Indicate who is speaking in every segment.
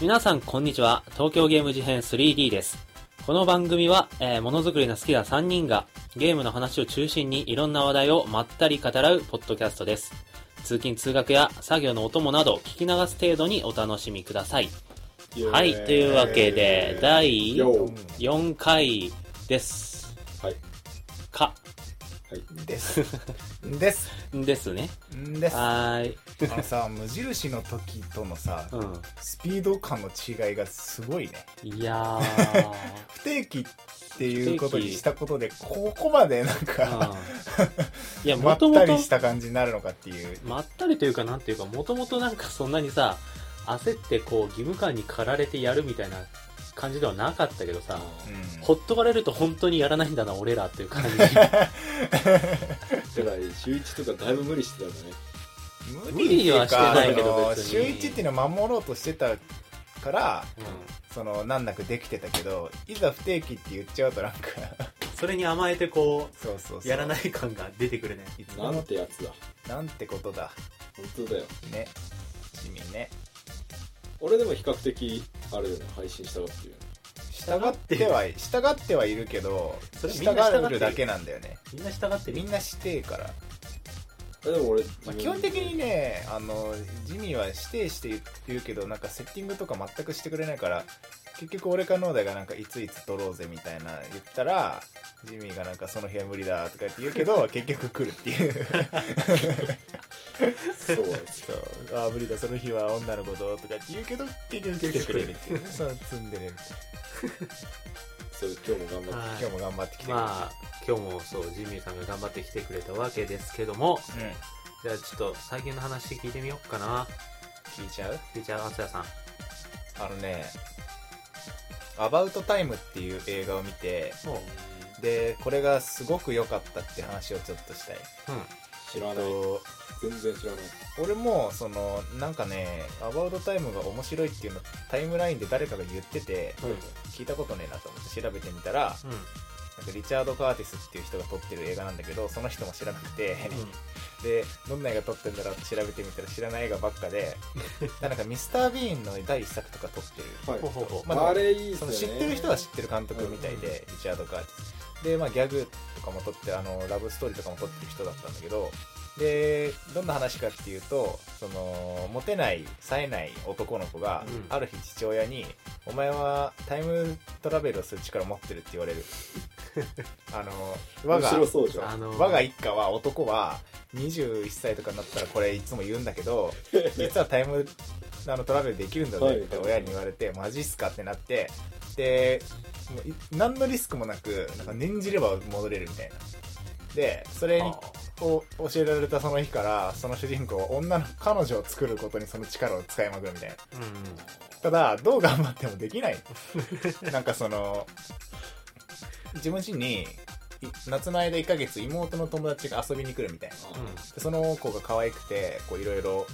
Speaker 1: 皆さんこんにちは。東京ゲーム事変 3D です。この番組は、えーものづくりの好きな3人がゲームの話を中心にいろんな話題をまったり語らうポッドキャストです。通勤通学や作業のお供など聞き流す程度にお楽しみください。はい、というわけで、第
Speaker 2: よ
Speaker 1: 4回です。
Speaker 2: はい。
Speaker 1: か、
Speaker 3: です。です。
Speaker 1: ですね。
Speaker 3: です。あ
Speaker 1: はーい。
Speaker 3: のさ、無印の時とのさ、
Speaker 1: う
Speaker 3: スピード感の違いがすごいね。
Speaker 1: ん。いや ー。
Speaker 3: 不定期っていうことにしたことで、ここまでなんか、
Speaker 1: うん、いや、
Speaker 3: ま
Speaker 1: も
Speaker 3: っ
Speaker 1: とも
Speaker 3: た
Speaker 1: と
Speaker 3: り、した感じになるのかっていう。
Speaker 1: まったりというか、なんていうか、もともとなんかそんなにさ、焦ってこう、義務感に駆られてやるみたいな感じではなかったけどさ、
Speaker 3: うん
Speaker 1: ほっとかれると本当にやらないんだな、俺らっていう感じ。
Speaker 2: 世代週一とかだいぶ無理してたんだね
Speaker 3: ってうか
Speaker 1: 無理はしてないけど
Speaker 3: あの
Speaker 1: 別に
Speaker 3: 週1っていうのは守ろうとしてたから、その、難なくできてたけど、いざ不定期って言っちゃうとなんか、
Speaker 1: それに甘えてこ
Speaker 3: そうそうそう。
Speaker 1: やらない感が出てくるね。
Speaker 3: いつ
Speaker 2: な
Speaker 3: も
Speaker 2: ん
Speaker 3: の
Speaker 2: てやつだ
Speaker 3: なんてことだ。
Speaker 2: 本当だよ
Speaker 3: ね。地味ね。
Speaker 2: 俺でも比較的あれよね配信したかっていう
Speaker 3: 従っては従ってはいるけど
Speaker 1: それみんな従ってる
Speaker 3: 従るだけなんだよね
Speaker 1: みんな従って
Speaker 3: み
Speaker 1: みん
Speaker 3: ん
Speaker 1: な。
Speaker 3: な指定から、
Speaker 2: えでも俺、
Speaker 3: まあ、
Speaker 2: 自
Speaker 3: 基本
Speaker 2: 分で
Speaker 3: 的にねあのジミーは指定して言うけどなんかセッティングとか全くしてくれないから結局俺かノーダがなんかいついつ撮ろうぜみたいな言ったらジミーがなんかその部屋無理だとかって言うけど結局来るっていう
Speaker 2: そう
Speaker 3: そうああ無理だその日は女の子ととかって言うけど結局来てくれるっていうねそう積んでね
Speaker 2: そう今日も頑張って
Speaker 1: はい
Speaker 3: 今日も頑張ってきてくれる、
Speaker 1: まあ、今日もそう、ジミーさんが頑張ってきてくれたわけですけども、
Speaker 3: うん
Speaker 1: じゃあちょっと最近の話聞いてみようかな。
Speaker 3: 聞いちゃう
Speaker 1: フィーチャーアスヤさん。
Speaker 3: あのね「アバウトタイム」っていう映画を見て
Speaker 1: そう。
Speaker 3: でこれがすごく良かったって話をちょっとしたい
Speaker 1: うん。
Speaker 2: 知ら
Speaker 3: あ
Speaker 2: ない
Speaker 3: と
Speaker 2: 全然知らない
Speaker 3: 俺もそのなんかね「アバウトタイム」が面白いっていうのタイムラインで誰かが言ってて聞いたことねえなと思って調べてみたら
Speaker 1: うん。
Speaker 3: なんかリチャード・カーティスっていう人が撮ってる映画なんだけどその人も知らなくて、
Speaker 1: うん。
Speaker 3: でどんな映画撮ってんだろうって調べてみたら知らない映画ばっ かでなんかミスター・ビーンの第一作とか撮ってる
Speaker 2: はい
Speaker 1: ほうほうほう。
Speaker 3: ま
Speaker 2: あれいいっす
Speaker 3: そ
Speaker 2: よ
Speaker 3: の
Speaker 2: ね
Speaker 3: 知ってる人は知ってる監督みたいで、
Speaker 1: うん
Speaker 3: リチャード・カーティスで、まあ、ギャグとかも撮ってあのラブストーリーとかも撮ってる人だったんだけどでどんな話かっていうとそのモテない冴えない男の子が、
Speaker 1: うん
Speaker 3: ある日父親に「お前はタイムトラベルをする力を持ってる」って言わ れるあの我
Speaker 2: 面
Speaker 3: が
Speaker 2: 白そうじゃ
Speaker 1: あ
Speaker 2: ん
Speaker 1: の
Speaker 3: 我が一家は男は21歳とかになったらこれいつも言うんだ けど実はタイムあのトラベルできるんだぜって親に言われてマジっすかってなってでもうい何のリスクもなくなんか念じれば戻れるみたいなでそれにを教えられたその日からその主人公は女の彼女を作ることにその力を使いまくるみたいな
Speaker 1: うんうん。
Speaker 3: ただどう頑張ってもできないなんかその自分家にい夏の間1ヶ月妹の友達が遊びに来るみたいな
Speaker 1: う
Speaker 3: でその子が可愛くてこういろいろ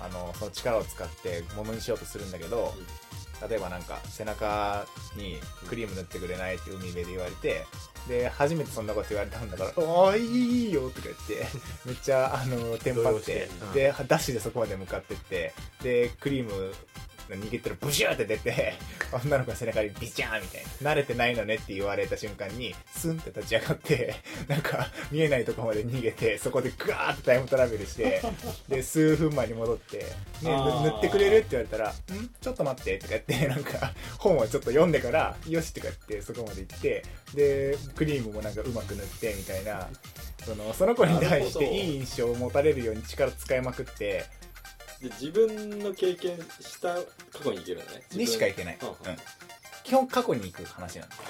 Speaker 3: あのその力を使って物にしようとするんだけど例えばなんか背中にクリーム塗ってくれないって海辺で言われてで初めてそんなこと言われたんだから「おーいいよ」とか言ってめっちゃあのテンパ
Speaker 1: 動揺
Speaker 3: っ
Speaker 1: しててうん
Speaker 3: でダッシュでそこまで向かってってでクリーム逃げてるブシューって出て女の子が背中にビチャーみたいな慣れてないのねって言われた瞬間にスンって立ち上がって なんか見えないとこまで逃げてそこでガーッとタイムトラベル してで数分前に戻って、ね「
Speaker 2: あー
Speaker 3: 塗ってくれる?」って言われたら「んちょっと待って」とか言って なんか本をちょっと読んでから「よし」とか言ってそこまで行ってでクリームもなんかうまく塗ってみたいなそのその子に対し
Speaker 2: なるほ
Speaker 3: て
Speaker 2: ど
Speaker 3: いい印象を持たれるように力使いまくって
Speaker 2: で自分の経験した過去に行けるのね
Speaker 3: にしか行けない、うん、基本過去に行く話なんです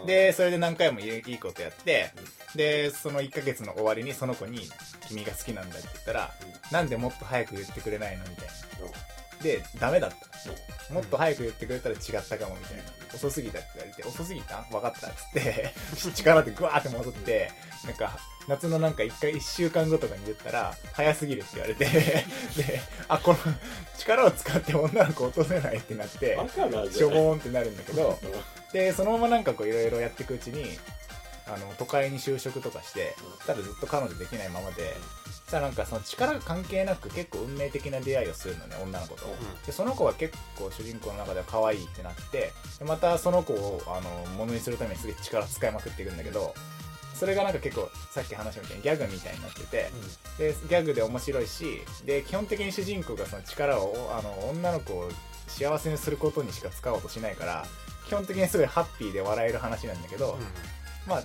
Speaker 2: うん
Speaker 3: でそれで何回もいいいいことやってでその1ヶ月の終わりにその子に「君が好きなんだ」って言ったら「なんでもっと早く言ってくれないの?」みたいなでダメだったもっと早く言ってくれたら違ったかもみたいな遅すぎたって言われて遅すぎた分かったっつって力でグワーって戻ってなんか夏のなんか1回1週間後とかに言ったら早すぎるって言われてであこの力を使って女の子落とせないってなって
Speaker 2: バカな
Speaker 3: しょ
Speaker 2: ん
Speaker 3: ぼーんってなるんだけどでそのままなんかこういろいろやっていくうちにあの都会に就職とかしてただずっと彼女できないままでそしたらなんかその力が関係なく結構運命的な出会いをするのね女の子とでその子は結構主人公の中では可愛いってなってでまたその子をあのものにするためにすげえ力使いまくっていくんだけどそれがなんか結構さっき話したみたいにギャグみたいになっててでギャグで面白いしで基本的に主人公がその力をあの女の子を幸せにすることにしか使おうとしないから基本的にすごいハッピーで笑える話なんだけど、ま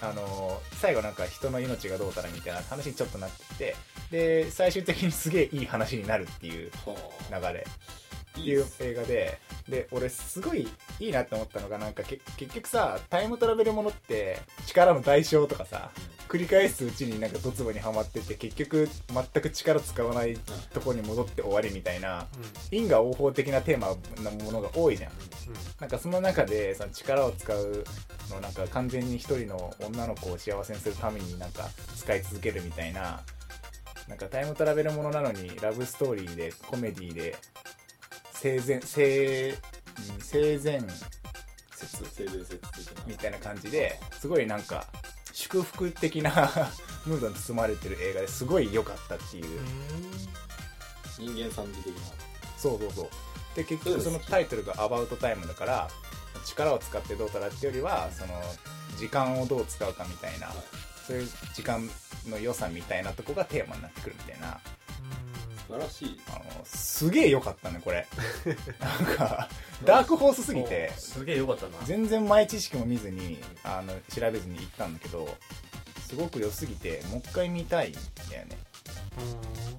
Speaker 3: ああのー最後なんか人の命がどうたらみたいな話にちょっとなってきてで最終的にすげえいい話になるっていう流れっていう映画でで俺すごいいいなって思ったのがなんかけ結局さタイムトラベルものって力の代償とかさ繰り返すうちになんかドツボにはまってって結局全く力使わないとこに戻って終わりみたいな因果応報的なテーマなものが多いじゃんなんかその中でその力を使うのなんか完全に一人の女の子を幸せにするためになんか使い続けるみたいななんかタイムトラベルものなのにラブストーリーでコメディで生前生うん生前説
Speaker 2: 性善説的な
Speaker 3: みたいな感じですごいなんか祝福的な ムードに包まれてる映画ですごい良かったっていう、
Speaker 2: 人間賛美的な
Speaker 3: そうそうそうで結局そのタイトルが「アバウトタイム」だから力を使ってどうたらってよりはその時間をどう使うかみたいなそういう時間の良さみたいなとこがテーマになってくるみたいな
Speaker 2: 素晴らしい
Speaker 3: あのすげえ良かったねこれ なんかダークホースすぎて
Speaker 1: すげえよかったな
Speaker 3: 全然前知識も見ずにあの調べずに行ったんだけどすごく良すぎてもう一回見たいんだよね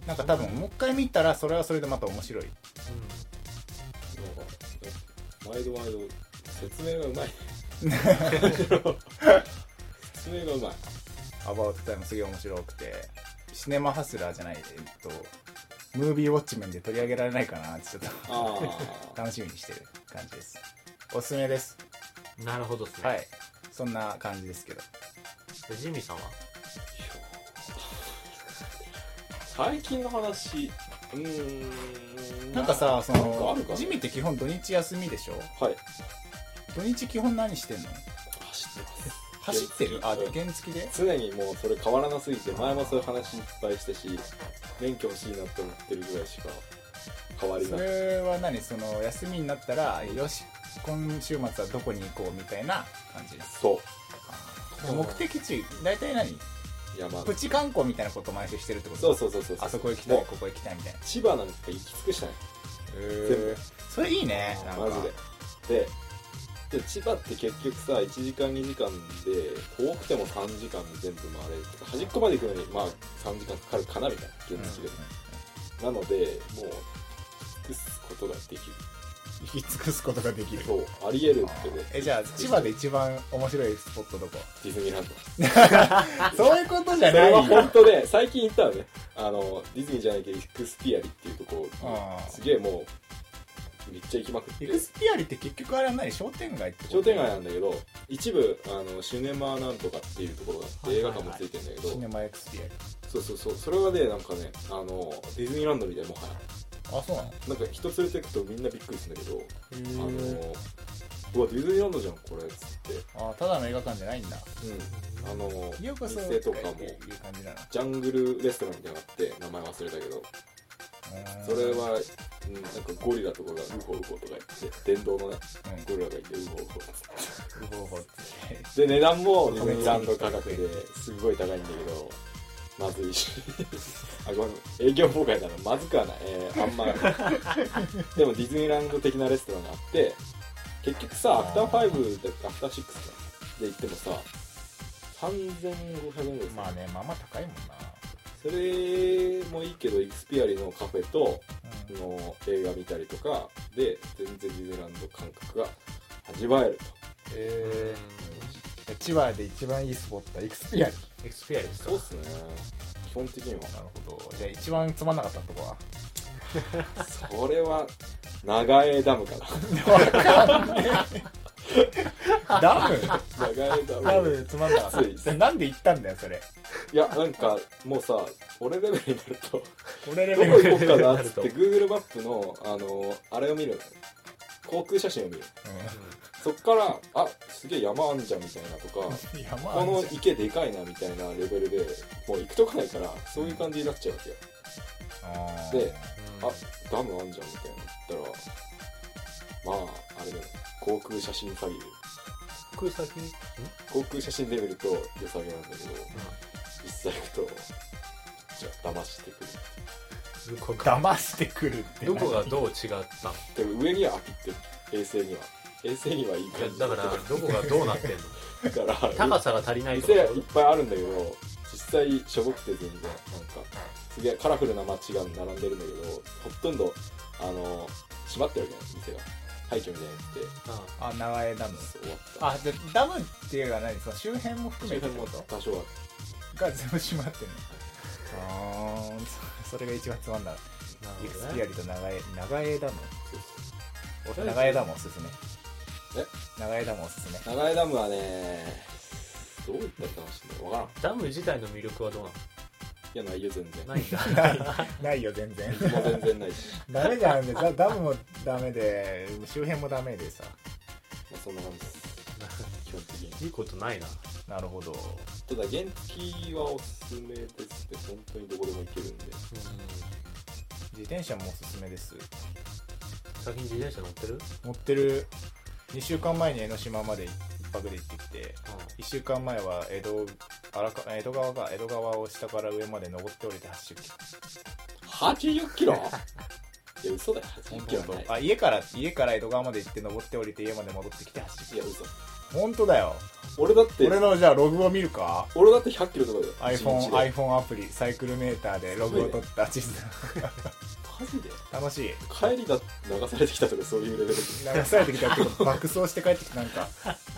Speaker 3: なんか多分もう一回見たらそれはそれでまた面白い
Speaker 2: なんか毎度毎度説明がうまい説明がうまい
Speaker 3: アバウトタイムすげえ面白くてシネマハスラーじゃないえっとムービーウォッチメンで取り上げられないかなってちょっと
Speaker 2: ああ
Speaker 3: 楽しみにしてる感じですおすすめです
Speaker 1: なるほどですね、
Speaker 3: はいそんな感じですけど
Speaker 1: でジミーさんは
Speaker 2: 最近の話うーん
Speaker 3: なんかさそ
Speaker 2: なんかあ
Speaker 3: の
Speaker 2: るか
Speaker 3: ジミーって基本土日休みでしょ
Speaker 2: はい
Speaker 3: 土日基本何してんの
Speaker 2: 走ってます
Speaker 3: 走ってるあ
Speaker 2: 原付
Speaker 3: 原付で
Speaker 2: 常にもうそれ変わらなすぎて前もそういう話いっぱいしたし免許欲しいなって思ってるぐらいしか変わり
Speaker 3: そ
Speaker 2: ない
Speaker 3: れは何その休みになったらよし今週末はどこに行こうみたいな感じです
Speaker 2: そ
Speaker 3: で目的地大体何
Speaker 2: う山
Speaker 3: プチ観光みたいなこと毎週してるってこと
Speaker 2: そうそうそうそう
Speaker 3: あそこ行きたい
Speaker 2: もう
Speaker 3: ここ行きたいみたいな
Speaker 2: 千葉なんか行き尽くしたい
Speaker 3: へーそれいいねなんか
Speaker 2: マジででで千葉って結局さ1時間2時間で遠くても3時間で全部回れる端っこまで行くのにまあ3時間かかるかなみたいな
Speaker 3: うん
Speaker 2: 原付で、なのでもう尽くすことができる
Speaker 3: 行き尽くすことができる
Speaker 2: そうありえるってね
Speaker 3: えじゃあ千葉で一番面白いスポットどこ
Speaker 2: ディズニーランド
Speaker 3: そういうことじゃ
Speaker 2: そ
Speaker 3: な
Speaker 2: れ
Speaker 3: い
Speaker 2: は
Speaker 3: よ
Speaker 2: 本当で最近行ったのねあのディズニーじゃないけどイクスピアリっていうとこ
Speaker 3: あー
Speaker 2: すげえもうめっちゃ行きまくって
Speaker 3: エクスピアリって結局あれは何商店街ってこと
Speaker 2: 商店街なんだけど一部あのシネマなんとかっていうところがあって
Speaker 1: はい
Speaker 2: 映
Speaker 1: は
Speaker 2: 画
Speaker 1: いはい
Speaker 2: 館もついてんだけ
Speaker 3: シネ
Speaker 2: ど
Speaker 3: マエクスピアリ
Speaker 2: そうそうそうそれはねなんかねあのディズニーランドみたいもはや
Speaker 3: あそうなの
Speaker 2: なんか人連れてくとみんなびっくりするんだけどあのうわディズニーランドじゃんこれっつっ
Speaker 3: あただの映画館じゃないんだ
Speaker 2: てうんあの
Speaker 3: ようこそ
Speaker 2: 店とかも
Speaker 3: っていう感じなの
Speaker 2: ジャングルレストランみたいなのがあって名前忘れたけどそれは、うん、なんかゴリラとかがウホウホとか言って電動のね
Speaker 3: うん
Speaker 2: ゴリラがいてウホウホ
Speaker 3: うほうほうって
Speaker 2: で値段もディズニーランド価格ですごい高いんだけどまずいし あごめん営業妨害だなまずくはない、えーあん までもディズニーランド的なレストランがあって結局さアフターファイブでアフターシックスかで行ってもさ3500円ぐらいする
Speaker 3: まあねまあまあ高いもんな
Speaker 2: それもいいけどイクスピアリのカフェとの映画見たりとかで全然ディズニーランド感覚が味わえる
Speaker 3: ええ千葉で一番いいスポットはエクスピアリ
Speaker 1: エクスペリエンス
Speaker 2: とそうっすね基本的には
Speaker 3: なるほどじゃあ一番つまんなかったとこは
Speaker 2: それは長江ダムか
Speaker 3: ダム
Speaker 2: な長江ダム
Speaker 3: ダムつまんなかった
Speaker 2: つい
Speaker 3: それなんで行ったんだよそれ
Speaker 2: いやなんかもうさ俺レベルになると
Speaker 3: 俺レ
Speaker 2: どこ
Speaker 3: ベル
Speaker 2: 行こうかなっつって Google マップのあのあれを見るの航空写真を見る
Speaker 3: う
Speaker 2: そっからあすげえ山あんじゃんみたいなとか
Speaker 3: ん、いやまあ
Speaker 2: この池でかいなみたいなレベルでもう行くとこないからそういう感じになっちゃうわけよ
Speaker 3: あー
Speaker 2: で
Speaker 1: うん
Speaker 2: あダムあんじゃんみたいなの言ったらまああれだね航空写真詐欺
Speaker 1: 空先
Speaker 2: 航空写真レベルと良さげなんだけど一切行くとじゃあ騙してくる
Speaker 1: こが
Speaker 3: 騙してくるって
Speaker 1: どこがどう違ったの
Speaker 2: でも上には飽きてる衛星には衛星にはいい
Speaker 1: いや
Speaker 2: 感じ
Speaker 1: だからどこがどうなってんの
Speaker 2: だから
Speaker 1: 高さが足りないとか
Speaker 2: 店がいっぱいあるんだけど実際しょぼくて全然なんかすげえカラフルな街が並んでるんだけどほとんどあの閉まってるわけない店が廃墟みたいになって
Speaker 3: あ長江ダム
Speaker 2: そう終わった
Speaker 3: あでダムっていうのは何その周辺も含
Speaker 2: 周
Speaker 3: めて
Speaker 2: 辺
Speaker 3: こ
Speaker 2: も
Speaker 3: と
Speaker 2: 多少は
Speaker 3: が全部閉まってんのあーそそれが一番つまんだ
Speaker 1: うん
Speaker 3: イクス
Speaker 1: な
Speaker 3: ピア
Speaker 1: る
Speaker 3: リと長江長江ダム
Speaker 2: そう
Speaker 3: 俺長江ダムおすすめ
Speaker 2: え
Speaker 3: 長江ダムおすすめ
Speaker 2: そう長江ダムはねどういったら楽しいんだろう分からん
Speaker 1: ダム自体の魅力はどうなの
Speaker 2: いやないよ全然
Speaker 1: ないんだ
Speaker 3: ないよ全然
Speaker 2: もう全然ないし、
Speaker 3: ダメじゃんでダダムもダメで周辺もダメでさ
Speaker 2: まあ、そんな感じです基本的に
Speaker 1: いいことないな
Speaker 3: なるほど
Speaker 2: ただ原付はおすすめですって本当にどこでも行けるんで
Speaker 3: 自転車もおすすめです
Speaker 1: 最近自転車乗ってる
Speaker 3: 乗ってる2週間前に江ノ島まで一泊で行ってきて1週間前は江戸荒川江戸川か江戸川を下から上まで登って降りて走る
Speaker 2: 80キロいや嘘だよ80キロない
Speaker 3: あ家から家から江戸川まで行って登って降りて家まで戻ってきて走
Speaker 2: い
Speaker 3: る
Speaker 2: や嘘
Speaker 3: 本当だよ
Speaker 2: 俺だって
Speaker 3: 俺のじゃあログを見るか
Speaker 2: 俺だって100キロとかだよ
Speaker 3: iPhone,
Speaker 2: マ
Speaker 3: iPhone アプリサイクルメーターでログを取った地図
Speaker 2: ジで
Speaker 3: 楽しい
Speaker 2: 帰りだ流されてきたとかそういうレベル
Speaker 3: 流されてきたっ てこと爆走して帰ってきてなんか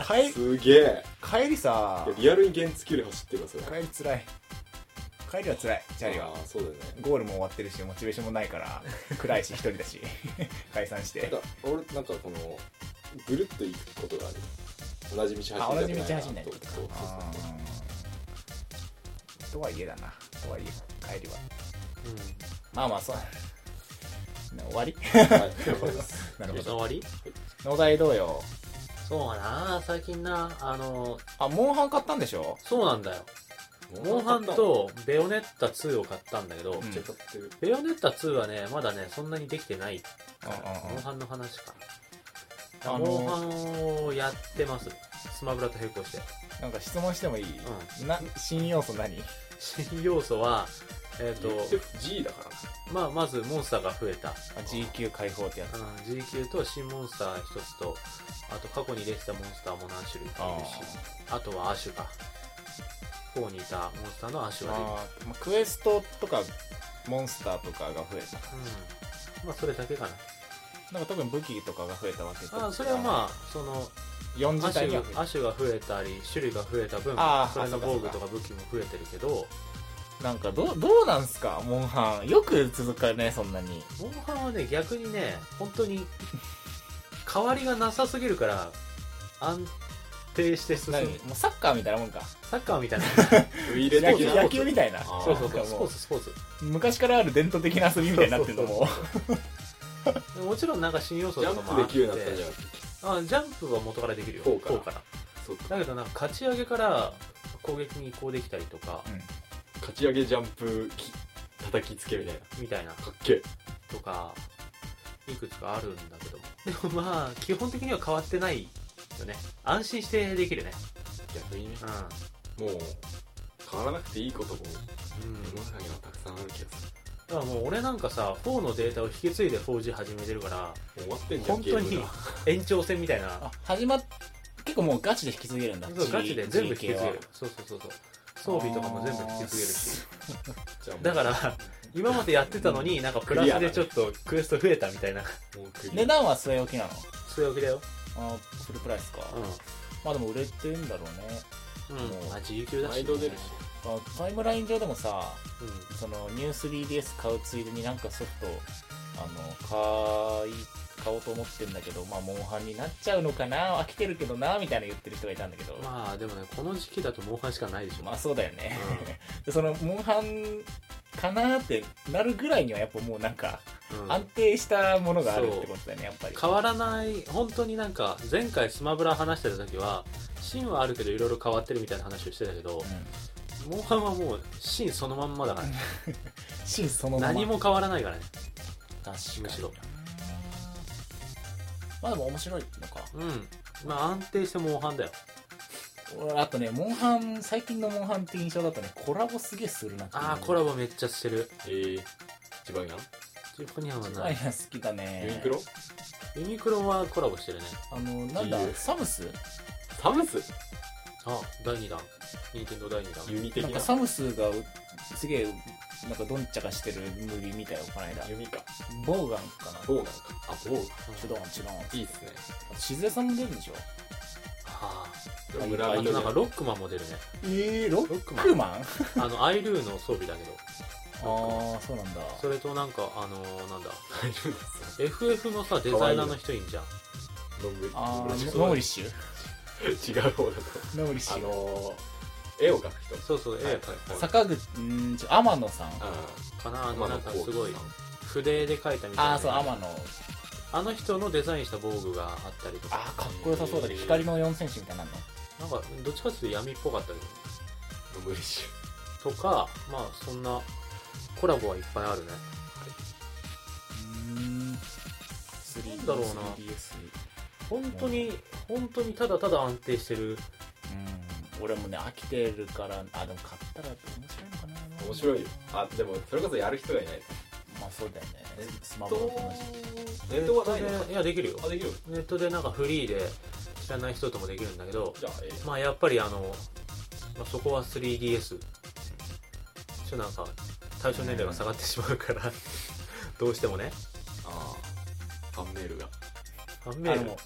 Speaker 3: 帰
Speaker 2: すげえ
Speaker 3: 帰りさ
Speaker 2: いやリアルに原付より走ってるわそれ
Speaker 3: 帰りつらい帰りはつらいチャリは
Speaker 2: あーそうだよね
Speaker 3: ゴールも終わってるしモチベーションもないから暗いし一人だし 解散して
Speaker 2: なんか俺なんかこのぐるっと行くことがある同じ道走りたく
Speaker 3: あ
Speaker 2: ない
Speaker 3: 同じ道走んない
Speaker 2: と
Speaker 3: と
Speaker 2: そうそう
Speaker 3: とはいえだなとはいえ帰りはまあまあそう終わり
Speaker 2: そうはい頑張ります
Speaker 3: な
Speaker 1: うんえ終
Speaker 3: るほど
Speaker 1: わり
Speaker 3: 農大どうよ
Speaker 1: そうな最近なあの
Speaker 3: あモンハン買ったんでしょ
Speaker 1: そうなんだよ モンハンとベヨネッタ2を買ったんだけど、
Speaker 3: うん
Speaker 2: めっちゃ買ってる
Speaker 1: ベヨネッタ2はねまだねそんなにできてないから、
Speaker 3: うんうんうん
Speaker 1: モンハンの話か
Speaker 3: あの
Speaker 1: モンハンをやってますスマブラと並行して
Speaker 3: なんか質問してもいい、な新要素何
Speaker 1: 新要素はえっ、
Speaker 2: 言
Speaker 1: と
Speaker 2: って G だからな
Speaker 1: まあまずモンスターが増えた
Speaker 3: あ G 級解放ってやつ
Speaker 1: うん G 級と新モンスター一つとあと過去に出てたモンスターも何種類かいるしあとはアシュか4にいたモンスターのアシュが出て
Speaker 3: あーまあクエストとかモンスターとかが増えた
Speaker 1: くるうんまあそれだけか
Speaker 3: なんか特に武器とかが増えたわけ
Speaker 1: なあそれはまあその
Speaker 3: あ4
Speaker 1: ア
Speaker 3: 自
Speaker 1: シ
Speaker 3: 体には
Speaker 1: ュアシュが増えたり種類が増えた分
Speaker 3: あー
Speaker 1: それの
Speaker 3: あそうか
Speaker 1: 防具と
Speaker 3: そうか
Speaker 1: か武器も増えてるけど
Speaker 3: なんかどうどうなんすかモンハンよく続かねそんなに
Speaker 1: モンハンはね逆にね本当に変わりがなさすぎるから安定して進む
Speaker 3: 何もうサッカーみたいなもんか
Speaker 1: サッカーみたい な
Speaker 2: ウイレ
Speaker 3: 野
Speaker 2: 的
Speaker 3: 球
Speaker 2: な
Speaker 3: 野球みたいな
Speaker 2: あー
Speaker 1: そうそうそう
Speaker 3: なんか
Speaker 1: ス
Speaker 3: も
Speaker 1: ポ
Speaker 3: う
Speaker 1: ーツスポーツ
Speaker 3: 昔からある伝統的な遊びみたいになってるのも
Speaker 1: もちろんなんか新要素
Speaker 2: ジ
Speaker 1: と
Speaker 2: ャ
Speaker 1: か
Speaker 2: ン
Speaker 1: もあ
Speaker 2: プ
Speaker 1: っ
Speaker 2: で
Speaker 1: て
Speaker 2: 9になったじゃん
Speaker 1: あジャンプは元からできるよ
Speaker 2: こうから
Speaker 1: こから
Speaker 2: そうか
Speaker 1: だけどなんか勝ち上げから攻撃に移行できたりとか、
Speaker 2: 勝ち上げジャンプき叩きつけみたい
Speaker 1: みたいな
Speaker 2: なかっけえ
Speaker 1: とかいくつかあるんだけどもでもまあ基本的には変わってないよね安心してできるね
Speaker 2: 逆にね
Speaker 1: うん、
Speaker 2: もう変わらなくていいことも
Speaker 1: うん、
Speaker 2: 世の中にはたくさんある気がす
Speaker 1: だからもう俺なんかさ4のデータを引き継いで 4G 始めてるから
Speaker 2: るもう終わってんじゃん
Speaker 1: 本当
Speaker 2: ゲー
Speaker 1: に
Speaker 2: ムが
Speaker 1: 延長戦みたいな
Speaker 3: 始まっ結構もうガチで引き継げるんだ
Speaker 1: そうガチで全部引き継げるそうそうそうそう装備とかも全部引き継げるし
Speaker 2: じゃあもう
Speaker 1: だから今までやってたのになんかプラスでちょっとクエスト増えたみたいな
Speaker 2: もうクリア
Speaker 3: 値段は据え置きなの
Speaker 1: そういうわけだよ
Speaker 3: あーフルプライスか、
Speaker 1: う
Speaker 3: まあでも売れてんだろうね
Speaker 1: ん
Speaker 3: もう
Speaker 1: まあ自由級だし
Speaker 2: 毎度出るし
Speaker 3: あタイムライン上でもさ
Speaker 1: うん
Speaker 3: そのニュース 3DS 買うついでになんかソフトあの買い買おうと思ってんだけどまあモンハンになっちゃうのかな飽きてるけどなみたいな言ってる人がいたんだけど、ま
Speaker 1: まあでもねこの時期だとモンハンしかないでし
Speaker 3: あ、
Speaker 1: ょ
Speaker 3: そうだよね、でそのモンハンかなーってなるぐらいにはやっぱもうなんか
Speaker 1: うん
Speaker 3: 安定したものがあるってことだねやっぱり
Speaker 1: 変わらない本当になんか前回スマブラ話してた時は芯はあるけどいろいろ変わってるみたいな話をしてたけど
Speaker 3: うん
Speaker 1: モンハンはもう芯そのまんまだからね
Speaker 3: 芯そのまま
Speaker 1: 何も変わらないからね
Speaker 3: 確かに
Speaker 1: むしろ
Speaker 3: まあでも面白いのか
Speaker 1: うんまあ安定してモンハンだよ
Speaker 3: 俺あとねモンハン最近のモンハンって印象だとねコラボすげえするなっていう
Speaker 1: ああコラボめっちゃしてる
Speaker 2: ええー、一番やん
Speaker 1: ジュニアは
Speaker 3: ジ
Speaker 1: な
Speaker 3: バイ
Speaker 1: い
Speaker 3: ナ好きだね
Speaker 2: ユニクロ
Speaker 1: ユニクロはコラボしてるね
Speaker 3: あのなんだ
Speaker 2: いいよ
Speaker 3: サムス
Speaker 2: サムス
Speaker 1: あ第2弾任天堂第2弾
Speaker 2: ユニ的
Speaker 3: なん
Speaker 2: な
Speaker 3: かサムスがうすげえなんかどんちゃかしてるムービー見たよこの間
Speaker 2: 弓か
Speaker 3: ボウガンかな
Speaker 2: ボウなのかあボウ
Speaker 3: 違う違
Speaker 2: いいっすね
Speaker 3: うしずえさんも出るんでしょ
Speaker 1: あ
Speaker 3: あ
Speaker 2: 村
Speaker 1: ああ
Speaker 2: 人
Speaker 1: と
Speaker 2: じ
Speaker 1: な
Speaker 2: ゃ
Speaker 1: んかロックマンも出るね
Speaker 3: ええロ
Speaker 1: ロックマン
Speaker 3: ックマン
Speaker 1: あのアイルーの装備だけど
Speaker 3: ああそうなんだ
Speaker 1: それとなんかあのーなんだ FF のさデザイナーの人いんじゃん
Speaker 2: ロングリロ
Speaker 3: あ
Speaker 2: ング
Speaker 3: ー
Speaker 2: リ
Speaker 3: ノーリッシュ
Speaker 2: 違う方だと
Speaker 3: ノーリッシ
Speaker 2: あ
Speaker 3: ュ
Speaker 2: のー、絵を描く人
Speaker 1: そうそう絵
Speaker 2: はい
Speaker 1: 描いた
Speaker 3: 坂口うんちょ天野さん
Speaker 2: あ
Speaker 1: かなあ
Speaker 2: あ
Speaker 1: のなんかすごい筆で描いたみたいな
Speaker 3: ああそう天野
Speaker 1: あの人のデザインした防具があったりとか
Speaker 3: ああかっこよさそうだけど光の4戦士みたいなの
Speaker 1: なんかどっちかっていうと闇っぽかったり
Speaker 2: ロングリッシ
Speaker 1: とかまあそんなコラボはいっぱいあるね
Speaker 3: うーん3
Speaker 1: なんだろうな
Speaker 3: 3DS
Speaker 1: 本当に本当にただただ安定してる
Speaker 3: うん俺もね飽きてるからあでも買ったら面白いのかな
Speaker 2: ュ面白いよあでもそれこそやる人がいない
Speaker 3: まあそうだよね
Speaker 2: えっと
Speaker 3: スマホの話
Speaker 2: ネットはないの
Speaker 1: ネットでいやできるよ
Speaker 2: あできる
Speaker 1: ネットでなんかフリーで知らない人ともできるんだけど
Speaker 2: じゃあええ
Speaker 1: まあやっぱりあの、まあ、そこは 3DS ちょっとなんか対象年齢が下がってしまうからどうしてもね
Speaker 2: ああファンメールが
Speaker 1: ファンメ
Speaker 3: あ
Speaker 1: ー
Speaker 3: で
Speaker 1: ル
Speaker 3: も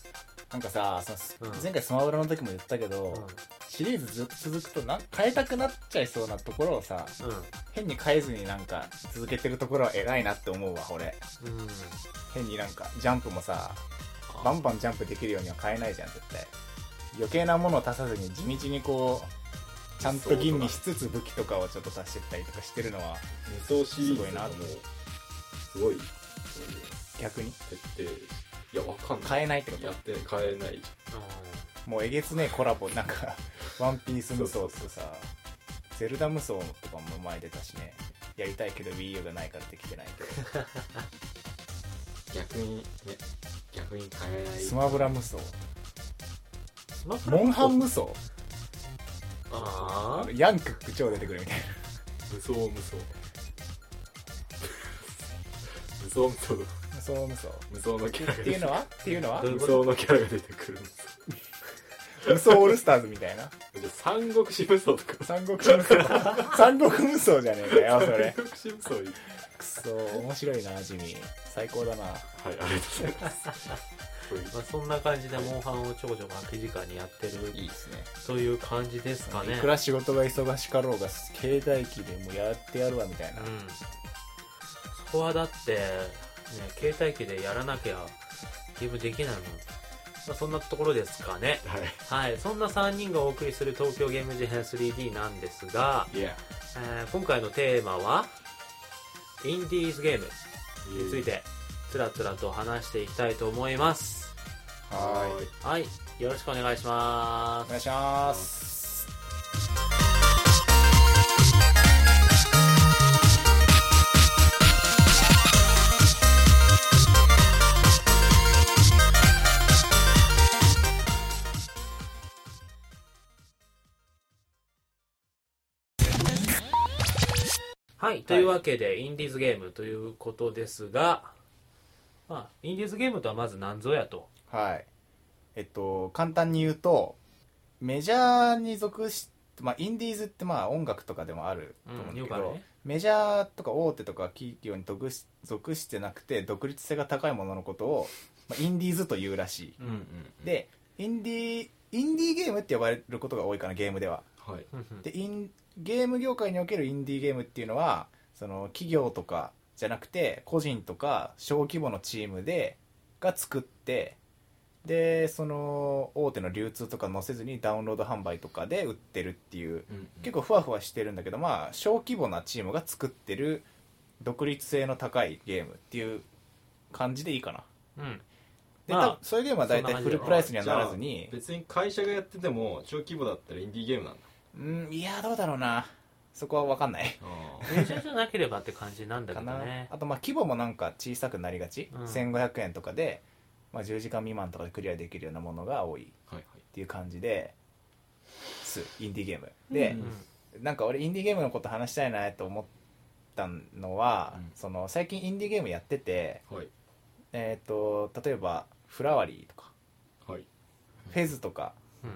Speaker 3: なんかさその
Speaker 1: うん
Speaker 3: 前回スマブラの時も言ったけど、シリーズずっと続くとなん変えたくなっちゃいそうなところをさ
Speaker 1: う
Speaker 3: 変に変えずになんか続けてるところは偉いなって思うわ俺
Speaker 1: んうん、うん、
Speaker 3: 変になんかジャンプもさ
Speaker 2: あ
Speaker 3: バンバンジャンプできるようには変えないじゃん絶対余計なものを足さずに地道にこうちゃんと吟味しつつ武器とかをちょっと足してったりとかしてるのは
Speaker 2: 無双シリーズ
Speaker 3: すごいな
Speaker 2: もすごいそういう
Speaker 3: 逆に
Speaker 2: 徹底いやわかんない
Speaker 3: 変えないってこ
Speaker 2: や
Speaker 3: と
Speaker 2: って変えない
Speaker 3: もうえげつねえコラボなんか ワンピース無双とさゼルダ無双とかも前出たしねやりたいけど WiiU がないからできてないけど
Speaker 2: 逆にね逆に変えない
Speaker 3: スマブラ無双
Speaker 1: スマブラ
Speaker 3: モンハン無双
Speaker 1: ああ
Speaker 3: ヤンクック超出てくるみたいな
Speaker 2: 無双無双 無双無双
Speaker 3: 無双無双っ
Speaker 2: 無双のキャラが
Speaker 3: て
Speaker 2: 出
Speaker 3: い
Speaker 2: て
Speaker 3: う
Speaker 2: く
Speaker 3: の
Speaker 2: る
Speaker 3: はっていうのは
Speaker 1: どうい
Speaker 2: 無
Speaker 1: うこ
Speaker 2: 双
Speaker 1: と
Speaker 2: のキャラが出てくるんです
Speaker 3: 無双オールスターズみたい
Speaker 2: じ
Speaker 3: な
Speaker 2: ゃあ三国志無双とか
Speaker 3: 三国無双 三国無双じゃねえかよそ
Speaker 2: 三
Speaker 3: れ
Speaker 2: 国志無双いい
Speaker 3: くそ面白いなジミー最高だな
Speaker 2: はいありがとうございますこ
Speaker 1: まあ、そんな感じでモンハンをちょこちょこ空き時間にやってる
Speaker 2: れいいですね
Speaker 1: という感じですかね
Speaker 3: いくら仕事が忙しかろうが携帯機でもうやってやるわみたいな、
Speaker 1: うんそこはだって、ね、携帯機でやらなきゃゲームできないもん、まあ、そんなところですかね
Speaker 2: はい
Speaker 1: はいそんな3人がお送りする東京ゲーム事変 3D なんですが、
Speaker 2: いや
Speaker 1: えー今回のテーマはインディーズゲームについてつらつらと話していきたいと思います
Speaker 3: はーい
Speaker 1: はいよろしくお願いしま
Speaker 3: お
Speaker 1: す
Speaker 3: 願いします
Speaker 1: はい、というわけで、インディーズゲームということですが、まあ、インディーズゲームとはまず何ぞやと。
Speaker 3: はいえっと簡単に言うとメジャーに属しまあインディーズってまあ音楽とかでもあると思うんだ
Speaker 1: よ
Speaker 3: け
Speaker 1: く
Speaker 3: ど
Speaker 1: あ、るね。
Speaker 3: メジャーとか大手とか企業に属し属してなくて独立性が高いもののことを、まあ、インディーズというらしい、
Speaker 1: うん
Speaker 3: でインディーインディーゲームって呼ばれることが多いかなゲームでは
Speaker 2: はい
Speaker 3: でインゲーム業界におけるインディーゲームっていうのはその企業とかじゃなくて個人とか小規模のチームでが作ってでその大手の流通とか載せずにダウンロード販売とかで売ってるっていう結構ふわふわしてるんだけどまあ小規模なチームが作ってる独立性の高いゲームっていう感じでいいかな
Speaker 1: うん。
Speaker 3: で、
Speaker 1: まあ
Speaker 3: 多分そういうゲームは大
Speaker 1: そん
Speaker 3: 体
Speaker 1: な感
Speaker 3: フ
Speaker 1: じだ
Speaker 3: ルプライスにはならずに
Speaker 2: 別に会社がやってても小規模だったらインディーゲームなんだ
Speaker 3: うんいやどうだろうなそこは分かんない
Speaker 1: 電車じゃなければって感じなんだけ
Speaker 3: か
Speaker 1: ど
Speaker 3: な、
Speaker 1: ね。
Speaker 3: あとまあ規模もなんか小さくなりがち、
Speaker 1: うん
Speaker 3: 1500円とかで、まあ、10時間未満とかでクリアできるようなものが多いっ
Speaker 2: はいはい
Speaker 3: ていう感じですインディーゲームで、
Speaker 2: う
Speaker 1: うんん。
Speaker 3: なんか俺インディーゲームのこと話したいなと思ったのは、
Speaker 2: うん
Speaker 3: その最近インディーゲームやってて、
Speaker 2: はい
Speaker 3: えー、と例えば「フラワリー」とか
Speaker 2: はい
Speaker 3: 「フェズ」とか
Speaker 1: うん。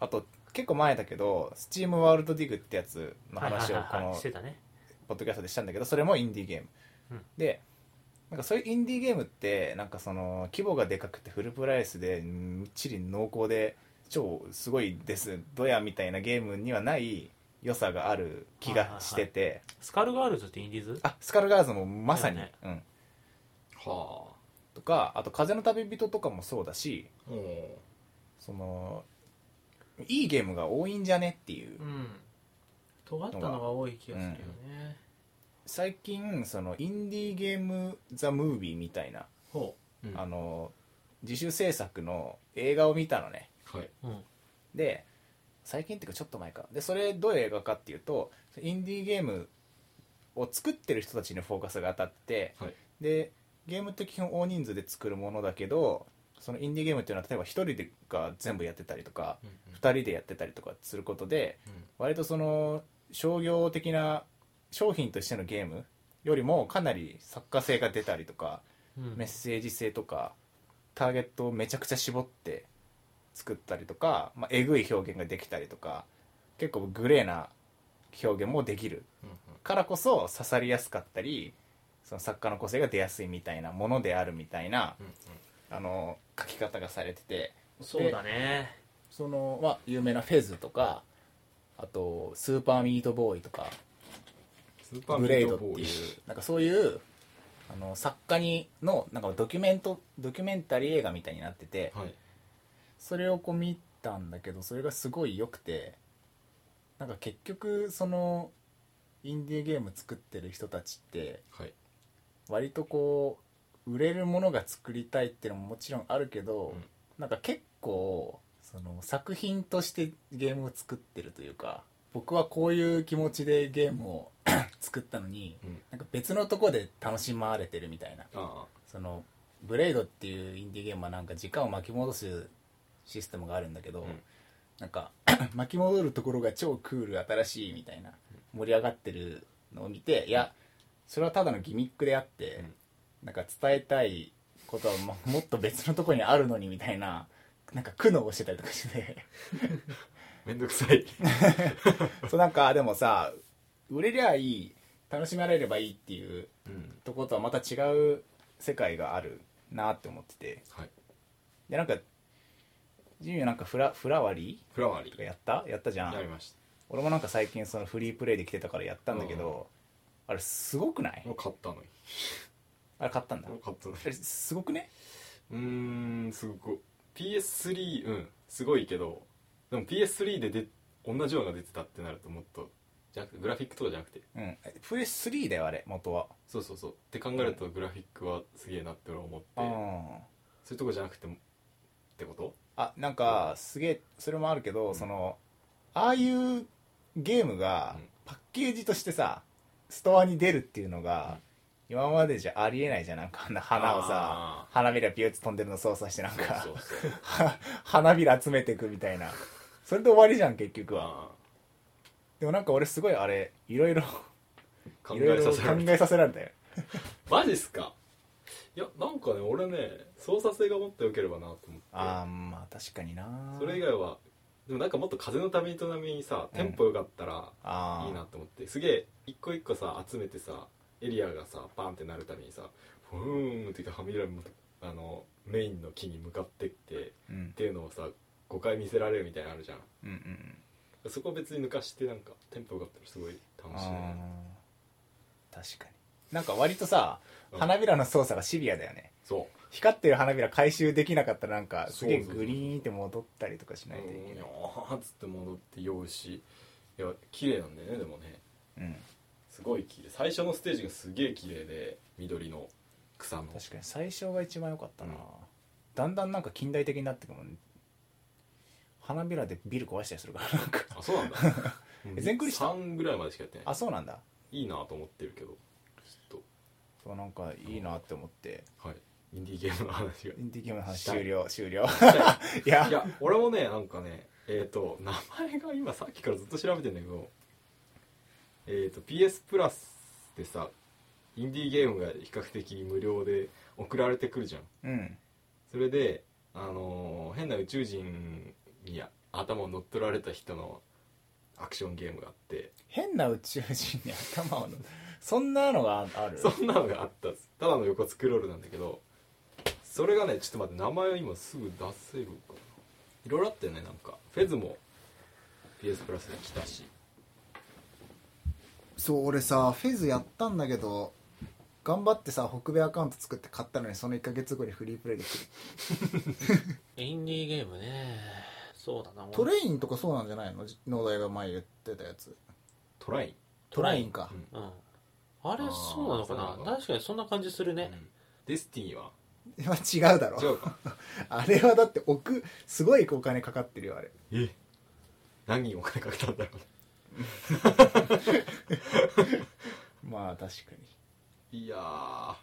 Speaker 3: あと結構前だけど「スチームワールドディグ」ってやつの
Speaker 1: はいはい
Speaker 3: 話を
Speaker 1: は
Speaker 3: こ
Speaker 1: いはい。
Speaker 3: の
Speaker 1: してたね。
Speaker 3: ポッドキャストでしたんだけどそれもインディーゲーム、
Speaker 1: うん
Speaker 3: でなんかそういうインディーゲームってなんかその規模がでかくてフルプライスでみっちり濃厚で超すごいですドヤみたいなゲームにはない良さがある気がしてて、
Speaker 1: スカルガールズってインディーズ
Speaker 3: あスカルガールズもまさに、
Speaker 1: だよね
Speaker 3: うん、
Speaker 2: は
Speaker 3: とかあと「風の旅人」とかもそうだし
Speaker 2: あお
Speaker 3: そのいいゲームが多いんじゃねっていう
Speaker 1: うん。尖ったのが多い気がするよね。
Speaker 3: 最近そのインディーゲーム・ザ・ムービーみたいな、
Speaker 1: ほ
Speaker 2: うん
Speaker 3: あの自主制作の映画を見たのね
Speaker 2: はい、
Speaker 1: う。うん。
Speaker 3: で最近っていうかちょっと前かでそれどういう映画かっていうとインディーゲームを作ってる人たちにフォーカスが当たって、
Speaker 2: はい
Speaker 3: でゲームって基本大人数で作るものだけどそのインディーゲームっていうのは例えば1人でが全部やってたりとか
Speaker 2: うん
Speaker 3: 2人でやってたりとかすることで割とその商業的な商品としてのゲームよりもかなり作家性が出たりとか
Speaker 1: うん
Speaker 3: メッセージ性とかターゲットをめちゃくちゃ絞って作ったりとか、まあ、えぐい表現ができたりとか結構グレーな表現もできる
Speaker 2: うんうん
Speaker 3: からこそ刺さりやすかったりその作家の個性が出やすいみたいなものであるみたいな
Speaker 2: うんうん
Speaker 3: あの書き方がされてて
Speaker 1: そうだね。
Speaker 3: その、まあ、有名なフェズとかあとスーパーミートボーイとか
Speaker 2: スーパー
Speaker 3: グ
Speaker 2: ミ
Speaker 3: レ
Speaker 2: ー
Speaker 3: ード
Speaker 2: ト
Speaker 3: って
Speaker 2: ボー
Speaker 3: い
Speaker 2: イ
Speaker 3: うなんかそういうあの作家にのなんかドキュメントドキュメンタリー映画みたいになってて
Speaker 2: はい
Speaker 3: それをこう見たんだけどそれがすごい良くてなんか結局そのインディーゲーム作ってる人たちって
Speaker 2: はい
Speaker 3: 割とこう売れるものが作りたいっていうのももちろんあるけど、
Speaker 2: うん
Speaker 3: なんか結構その作品としてゲームを作ってるというか僕はこういう気持ちでゲームを 作ったのに
Speaker 2: うん
Speaker 3: なんか別のとこで楽しまれてるみたいな
Speaker 2: あ
Speaker 3: そのブレイドっていうインディーゲームはなんか時間を巻き戻すシステムがあるんだけど、
Speaker 2: うん
Speaker 3: なんか 巻き戻るところが超クール新しいみたいな盛り上がってるのを見ていやそれはただのギミックであって、なんか伝えたいことはももっと別のところにあるのにみたいななんか苦悩をしてたりとかして
Speaker 2: あめんどくさい
Speaker 3: そうなんかでもさ売れりゃいい楽しめられればいいっていう
Speaker 2: うん
Speaker 3: とことはまた違う世界があるなって思ってて。
Speaker 2: はい
Speaker 3: でなんかジミーはなんかフラフラワリ
Speaker 2: フラワー
Speaker 3: ー
Speaker 2: リ
Speaker 3: とかやったやったじゃ
Speaker 2: ーやり
Speaker 3: ん
Speaker 2: まし
Speaker 3: 俺もなんか最近そのフリープレイで来てたからやったんだけど、あれすごくない
Speaker 2: たもう買ったのに
Speaker 3: あれ買ったんだ
Speaker 2: もう
Speaker 3: あ
Speaker 2: 買ったのに
Speaker 3: れすごくね
Speaker 2: うーんすごく PS3 うんすごいけどでも PS3 でで同じようなのが出てたってなるともっとじゃなくてグラフィックとかじゃなくて
Speaker 3: うんプレス3だよあれ元は
Speaker 2: そうそうそうって考えるとグラフィックはすげえなって俺は思って
Speaker 3: う
Speaker 2: そ
Speaker 3: ん
Speaker 2: ういうとこじゃなくてもってこと
Speaker 3: あなんかすげえそれもあるけど、そのああいうゲームが
Speaker 2: うん
Speaker 3: パッケージとしてさストアに出るっていうのが、今までじゃありえないじゃんなんかあんな花をさ
Speaker 2: あ
Speaker 3: 花びらピューッと飛んでるの操作してなんか
Speaker 2: そう そう
Speaker 3: は花びら集めていくみたいなそれで終わりじゃん結局
Speaker 2: あ
Speaker 3: はでもなんか俺すごいあれいろいろ
Speaker 2: ー考
Speaker 3: いろい
Speaker 2: え
Speaker 3: ろ
Speaker 2: させら
Speaker 3: 考
Speaker 2: れ
Speaker 3: え
Speaker 2: る
Speaker 3: させられたよ
Speaker 2: マジっすかいやなんかね俺ね操作性がもっと良ければなと思って
Speaker 3: ああまあ確かにな
Speaker 2: それ以外はでもなんかもっと風の旅人並みにさテンポ良かったら
Speaker 3: ああ
Speaker 2: いいなと思ってすげえ一個一個さ集めてさエリアがさバーンってなるためにさふーんって言ってはみ出るあのメインの木に向かってって
Speaker 3: うん
Speaker 2: っていうのをさ5回見せられるみたいなのあるじゃん
Speaker 3: うんうん
Speaker 2: そこ別に抜かしてなんかテンポ良かったらすごい楽しい
Speaker 3: あ
Speaker 2: ね
Speaker 3: ー確かになんか割とさ
Speaker 2: うん
Speaker 3: 花びらの操作がシビアだよね
Speaker 2: そう
Speaker 3: 光ってる花びら回収できなかったらなんかすげえ
Speaker 2: そうそうそう
Speaker 3: グリーンって戻ったりとかしないといけ
Speaker 2: いなーっつって戻って用うしいや綺麗なんだよねでもね
Speaker 3: ない、うん、
Speaker 2: すごい綺麗最初のステージがすげえ綺麗で緑の草の
Speaker 3: 確かに最初が一番良かったな、
Speaker 2: うん
Speaker 3: だんだんなんか近代的になってくもんね花びらでビル壊したりするからなんか
Speaker 2: あそう なんだ
Speaker 3: え全クリした
Speaker 2: 3ぐらいまでしかやってな
Speaker 3: あ
Speaker 2: い
Speaker 3: そうなんだ
Speaker 2: いいなと思ってるけどちょっ
Speaker 3: そうなんかいいなって思って
Speaker 2: とはいインディーゲームの話が
Speaker 3: インディーゲームの話
Speaker 2: したい
Speaker 3: 終了終了
Speaker 2: い
Speaker 3: いや
Speaker 2: や俺もねなんかねえっ、と名前が今さっきからずっと調べてんだけどえっ、と PS プラスでさインディーゲームが比較的無料で送られてくるじゃん
Speaker 3: うん
Speaker 2: それで、あのー変な宇宙人に頭を乗っ取られた人のアクションゲームがあって
Speaker 3: 変な宇宙人に頭をのそんなのがある
Speaker 2: そんなのがあったんですただの横スクロールなんだけどそれがねちょっと待って名前を今すぐ出せるかないろいろあったよねなんかフェズも PS プラスに来たし
Speaker 4: そう俺さフェズやったんだけど頑張ってさ北米アカウント作って買ったのにその1ヶ月後にフリープレイで来る
Speaker 1: インディーゲームね。そうだな。
Speaker 4: トレインとかそうなんじゃないの農大が前言ってたやつ
Speaker 2: トライ
Speaker 4: トラインか、
Speaker 2: うん
Speaker 1: うん。あれ、
Speaker 2: あー
Speaker 1: そうなのか
Speaker 2: そうな
Speaker 1: な
Speaker 2: のか
Speaker 1: 確かにそんな感じする
Speaker 2: ン、
Speaker 1: ね。
Speaker 2: うんデスティニーは
Speaker 4: 今違うだろ
Speaker 2: 違うか
Speaker 4: あれはだって置くすごいお金かかってるよあれ
Speaker 2: え何にお金かけたんだろうね
Speaker 3: まあ確かに
Speaker 2: いやー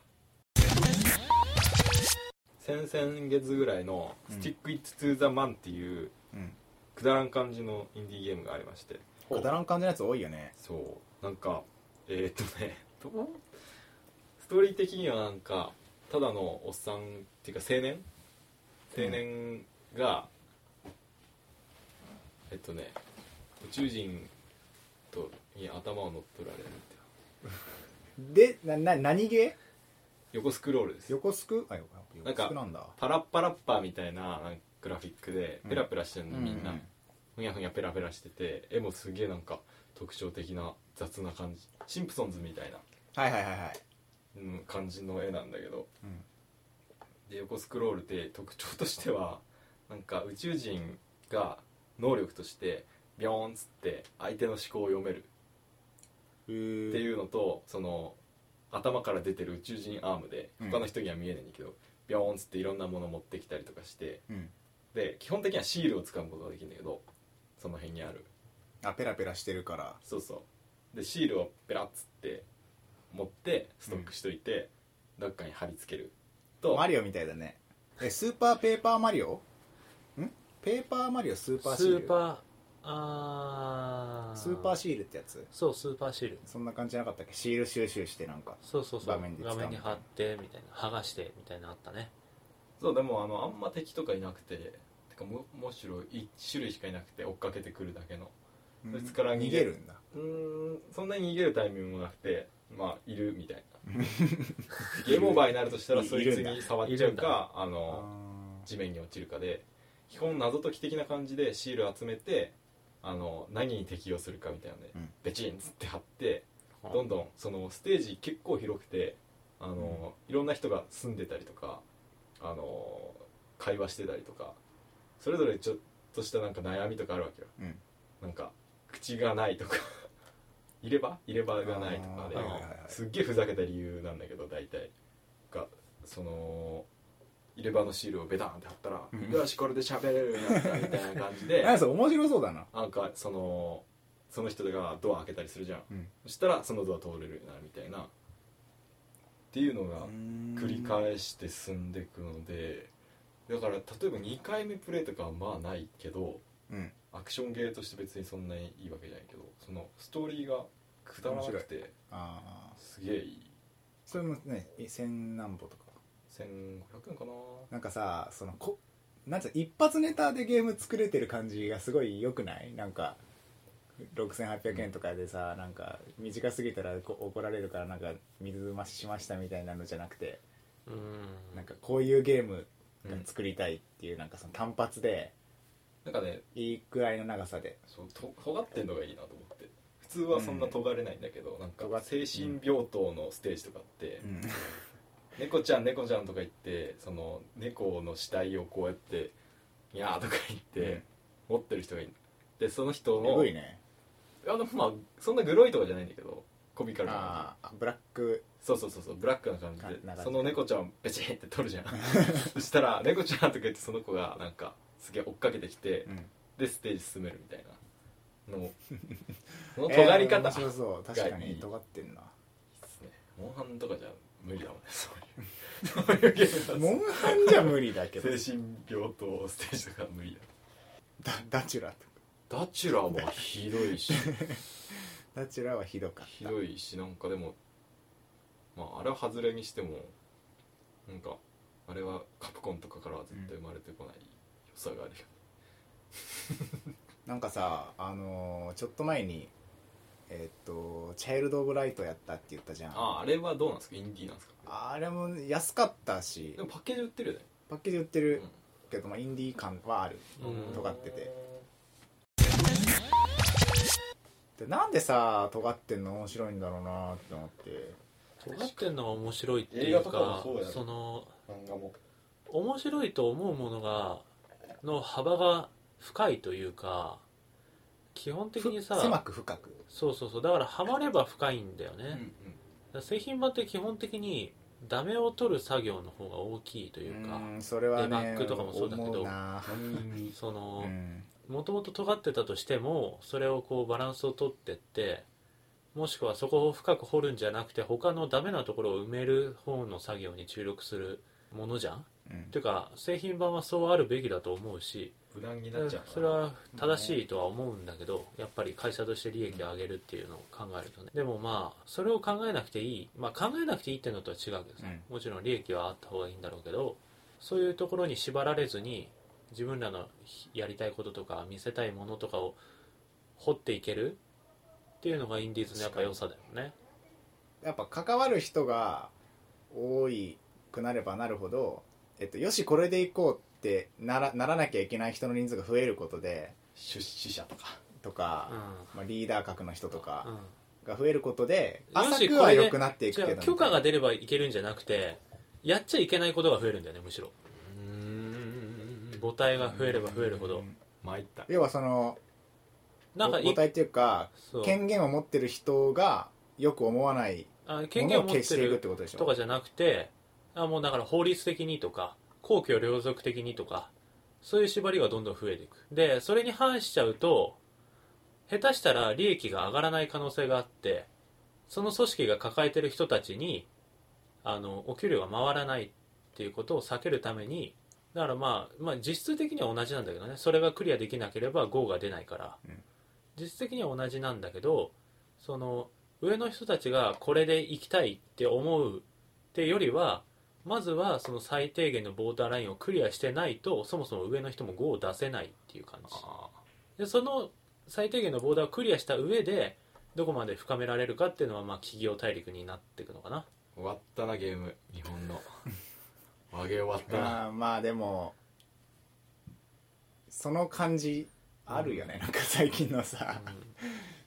Speaker 2: 先々月ぐらいの「
Speaker 3: うん
Speaker 2: Stick It to the Man」っていう
Speaker 3: うん
Speaker 2: くだらん感じのインディーゲームがありまして
Speaker 1: ほう
Speaker 3: くだらん感じのやつ多いよね
Speaker 2: そうなんかえーっとね どうストーリー的にはなんかただのおっさんっていうか青年青年が、えっとね宇宙人とに頭を乗っ取られるっていう
Speaker 3: でなな何ゲ
Speaker 2: 横スクロールです
Speaker 3: ー横スクあよ
Speaker 2: なん
Speaker 3: 横
Speaker 2: か
Speaker 3: スクなんだ
Speaker 2: パラッパラッパーみたいななんかグラフィックでペラペラしてるの、みんな、
Speaker 3: うん
Speaker 2: ふにゃふにゃペラペラしてて絵もすげえなんか特徴的な雑な感じシンプソンズみたいな、
Speaker 3: はいはいはいはい
Speaker 2: うん、感じの絵なんだけど、
Speaker 3: うん
Speaker 2: で横スクロールで特徴としては なんか宇宙人が能力としてビョーンっつって相手の思考を読める
Speaker 3: って
Speaker 2: って
Speaker 3: いう
Speaker 2: いうのとその頭から出てる宇宙人アームで
Speaker 3: うん
Speaker 2: 他の人には見えないんだけど、ビョーンっつっていろんなもの持ってきたりとかして
Speaker 3: うん
Speaker 2: で基本的にはシールを使うことができるんだけどその辺にある
Speaker 3: あペラペラしてるから
Speaker 2: そうそうでシールをペラッつって持ってストックしといて、どっかに貼り付けると
Speaker 3: マリオみたいだねえスーパーペーパーマリオんペーパーマリオスーパーシ
Speaker 1: ス
Speaker 3: ール
Speaker 1: ーパー、あー。
Speaker 3: スーパーシールってやつ
Speaker 1: そう、スーパーシール。
Speaker 3: そんな感じじゃなかったっけシール収集してなんか
Speaker 1: そうそうそう。
Speaker 3: 画面で使
Speaker 1: 画
Speaker 3: うみた
Speaker 1: 面
Speaker 3: いな
Speaker 1: に貼って、みたいな。剥がして、みたいなのあったね。
Speaker 2: そうでもあのあんま敵とかいなくててかむむしろ1種類しかいなくて追っかけてくるだけの
Speaker 3: うん
Speaker 2: そいつから逃
Speaker 3: 逃
Speaker 2: げ
Speaker 3: げるんだ
Speaker 2: うーんそんなに逃げるタイミングもなくてまあいるみたい なゲームオーバーになるとしたら
Speaker 3: い
Speaker 2: そいつ
Speaker 3: いるん
Speaker 2: に触っちゃう
Speaker 1: いるんだ
Speaker 2: かあの
Speaker 3: あ
Speaker 2: 地面に落ちるかで基本謎解き的な感じでシール集めてあの何に適用するかみたいなので、
Speaker 3: うん
Speaker 2: ベチンっつって貼って
Speaker 1: うん
Speaker 2: どんどんそのステージ結構広くてあの、いろんな人が住んでたりとかあの会話してたりとかそれぞれちょっとしたなんか悩みとかあるわけよ、
Speaker 3: うん
Speaker 2: なんか口がないとか 入れ歯入れ歯がないとかで、
Speaker 3: あーはいはいはい
Speaker 2: すっげえふざけた理由なんだけど大体がその入れ歯のシールをベタンって貼ったら「
Speaker 3: うん
Speaker 2: よしこれで喋れるようになった」みたいな感じ
Speaker 3: ー
Speaker 2: で
Speaker 3: なんかそれ面白そうだな
Speaker 2: なんかそのその人がドア開けたりするじゃん、
Speaker 3: うん
Speaker 2: そしたらそのドア通れるようになるみたいなっていうのが繰り返して進んでいくのでだから例えば2回目プレイとかはまあないけど
Speaker 3: うん
Speaker 2: アクションゲーとして別にそんなにいいわけじゃないけどそのストーリーがくだらなくて
Speaker 3: ああ
Speaker 2: すげえいい
Speaker 3: それもね千何歩とか
Speaker 2: 1500円かな
Speaker 3: なんかさそのこなんつうの一発ネタでゲーム作れてる感じがすごい良くないなんか6800円とかでさなんか短すぎたらこ怒られるからなんか水増ししましたみたいなのじゃなくて
Speaker 1: うーん。
Speaker 3: なんかこういうゲーム
Speaker 2: う
Speaker 3: が
Speaker 2: ん
Speaker 3: 作りたいっていう、なんかその単発で
Speaker 2: なんかね
Speaker 3: いいくらいの長さで
Speaker 2: そうと尖ってんのがいいなと思って普通はそんな尖れないんだけど、なんか
Speaker 3: 尖っ
Speaker 2: 精神病棟のステージとかって、
Speaker 3: うん
Speaker 2: 猫ちゃん猫ちゃんとか言ってその猫の死体をこうやって「いやー」とか言って、持ってる人がいるでその人
Speaker 3: え
Speaker 2: も
Speaker 3: ぐいね
Speaker 2: あのまあそんなグロいとかじゃないんだけどコミカルな感じ
Speaker 3: ああブラック
Speaker 2: そうそうそうそうブラックな感じ
Speaker 3: かな
Speaker 2: で
Speaker 3: 感じ
Speaker 2: その猫ちゃんをベチンって取るじ ゃんそしたら「猫ちゃん」とか言ってその子がなんかすげえ追っかけてきて、
Speaker 3: うん
Speaker 2: でステージ進めるみたいな のその尖り
Speaker 3: えー
Speaker 2: 方、
Speaker 3: 面白そう確か
Speaker 2: がい
Speaker 3: に
Speaker 2: い
Speaker 3: 尖ってんな
Speaker 2: ですねモンハンとかじゃ無理だもんね そういうそういうゲーム
Speaker 3: モ
Speaker 2: だ
Speaker 3: ンハンじゃ無理だけど
Speaker 2: と精神病とステージとか無理
Speaker 3: ダダチュラとか
Speaker 2: だダチュラはひどいし
Speaker 3: ダチュラはひどかった
Speaker 2: ひどいしなんかでもまああれは外れにしてもなんかあれはカプコンとかからは絶対生まれてこない良さがあるよ、
Speaker 3: なんかさあのーちょっと前にえーっと「チャイルド・オブ・ライト」やったって言ったじゃん
Speaker 2: あああれはどうなんですかインディーなんですか
Speaker 3: あれも安かったし
Speaker 2: でもパッケージ売ってるよね
Speaker 3: パッケージ売ってるけど、まあ、インディー感はある
Speaker 2: うん
Speaker 3: 尖っててでなんでさ尖ってんの面白いんだろうなって思って
Speaker 1: 尖ってんのが面白いっていうか
Speaker 2: 映画とかもそうだよね
Speaker 1: その
Speaker 2: 漫画も
Speaker 1: 面白いと思うものがの幅が深いというか基本的にさ
Speaker 3: 狭く深く
Speaker 1: そうそうそうだからハマれば深いんだよね、
Speaker 2: うんう
Speaker 1: だから
Speaker 2: ん
Speaker 1: 製品版って基本的にダメを取る作業の方が大きいというか
Speaker 3: うんそれはね
Speaker 1: デバッグとかもそうだけど
Speaker 3: 思うな
Speaker 1: その
Speaker 3: うん
Speaker 1: もともと尖ってたとしてもそれをこうバランスを取ってってもしくはそこを深く掘るんじゃなくて他のダメなところを埋める方の作業に注力するものじゃん
Speaker 3: うん
Speaker 1: ていうか製品版はそうあるべきだと思うし
Speaker 2: 無難になっちゃうから
Speaker 1: それは正しいとは思うんだけどやっぱり会社として利益を上げるっていうのを考えるとねでもまあそれを考えなくていい、まあ、考えなくていいっていうのとは違うけどさ、
Speaker 3: うん
Speaker 1: もちろん利益はあった方がいいんだろうけどそういうところに縛られずに自分らのやりたいこととか見せたいものとかを掘っていけるっていうのがインディーズのやっぱ良さだよね
Speaker 3: やっぱ関わる人が多いくなればなるほど、えっと、よしこれでいこうってならならなきゃいけない人の人数が増えることで
Speaker 2: 出資者とか
Speaker 3: とか、
Speaker 1: うん
Speaker 3: まあ、リーダー格の人と
Speaker 1: う
Speaker 3: か
Speaker 1: ん
Speaker 3: が増えることで
Speaker 1: よし
Speaker 3: 浅く
Speaker 1: こ
Speaker 3: は
Speaker 1: れで
Speaker 3: 良くなっていく
Speaker 1: じゃ
Speaker 3: け
Speaker 1: あ
Speaker 3: ど
Speaker 1: 許可が出ればいけるんじゃなくてやっちゃいけないことが増えるんだよねむしろ母体が増えれば増えるほど
Speaker 2: 参った
Speaker 3: 要はその
Speaker 1: なんかい
Speaker 3: 母体っていうか
Speaker 1: そう
Speaker 3: 権限を持ってる人がよく思わない
Speaker 1: あ権
Speaker 3: も
Speaker 1: 限を
Speaker 3: のを
Speaker 1: 持っ
Speaker 3: 消してていくっ
Speaker 1: る
Speaker 3: てことでしょ
Speaker 1: とかじゃなくてあもうだから法律的にとか公共両属的にとかそういう縛りがどんどん増えていくでそれに反しちゃうと下手したら利益が上がらない可能性があってその組織が抱えてる人たちにあのお給料が回らないっていうことを避けるためにだからまあ、まあ、実質的には同じなんだけどねそれがクリアできなければ GO が出ないから、
Speaker 3: うん
Speaker 1: 実質的には同じなんだけどその上の人たちがこれで行きたいって思うってよりはまずはその最低限のボーダーラインをクリアしてないとそもそも上の人も5を出せないっていう感じ
Speaker 2: あ
Speaker 1: でその最低限のボーダーをクリアした上でどこまで深められるかっていうのはまあ企業大陸になっていくのかな
Speaker 2: ー終わったなゲーム日本の和芸終わったな
Speaker 3: まあまあでもその感じあるよね、なんか最近のさ、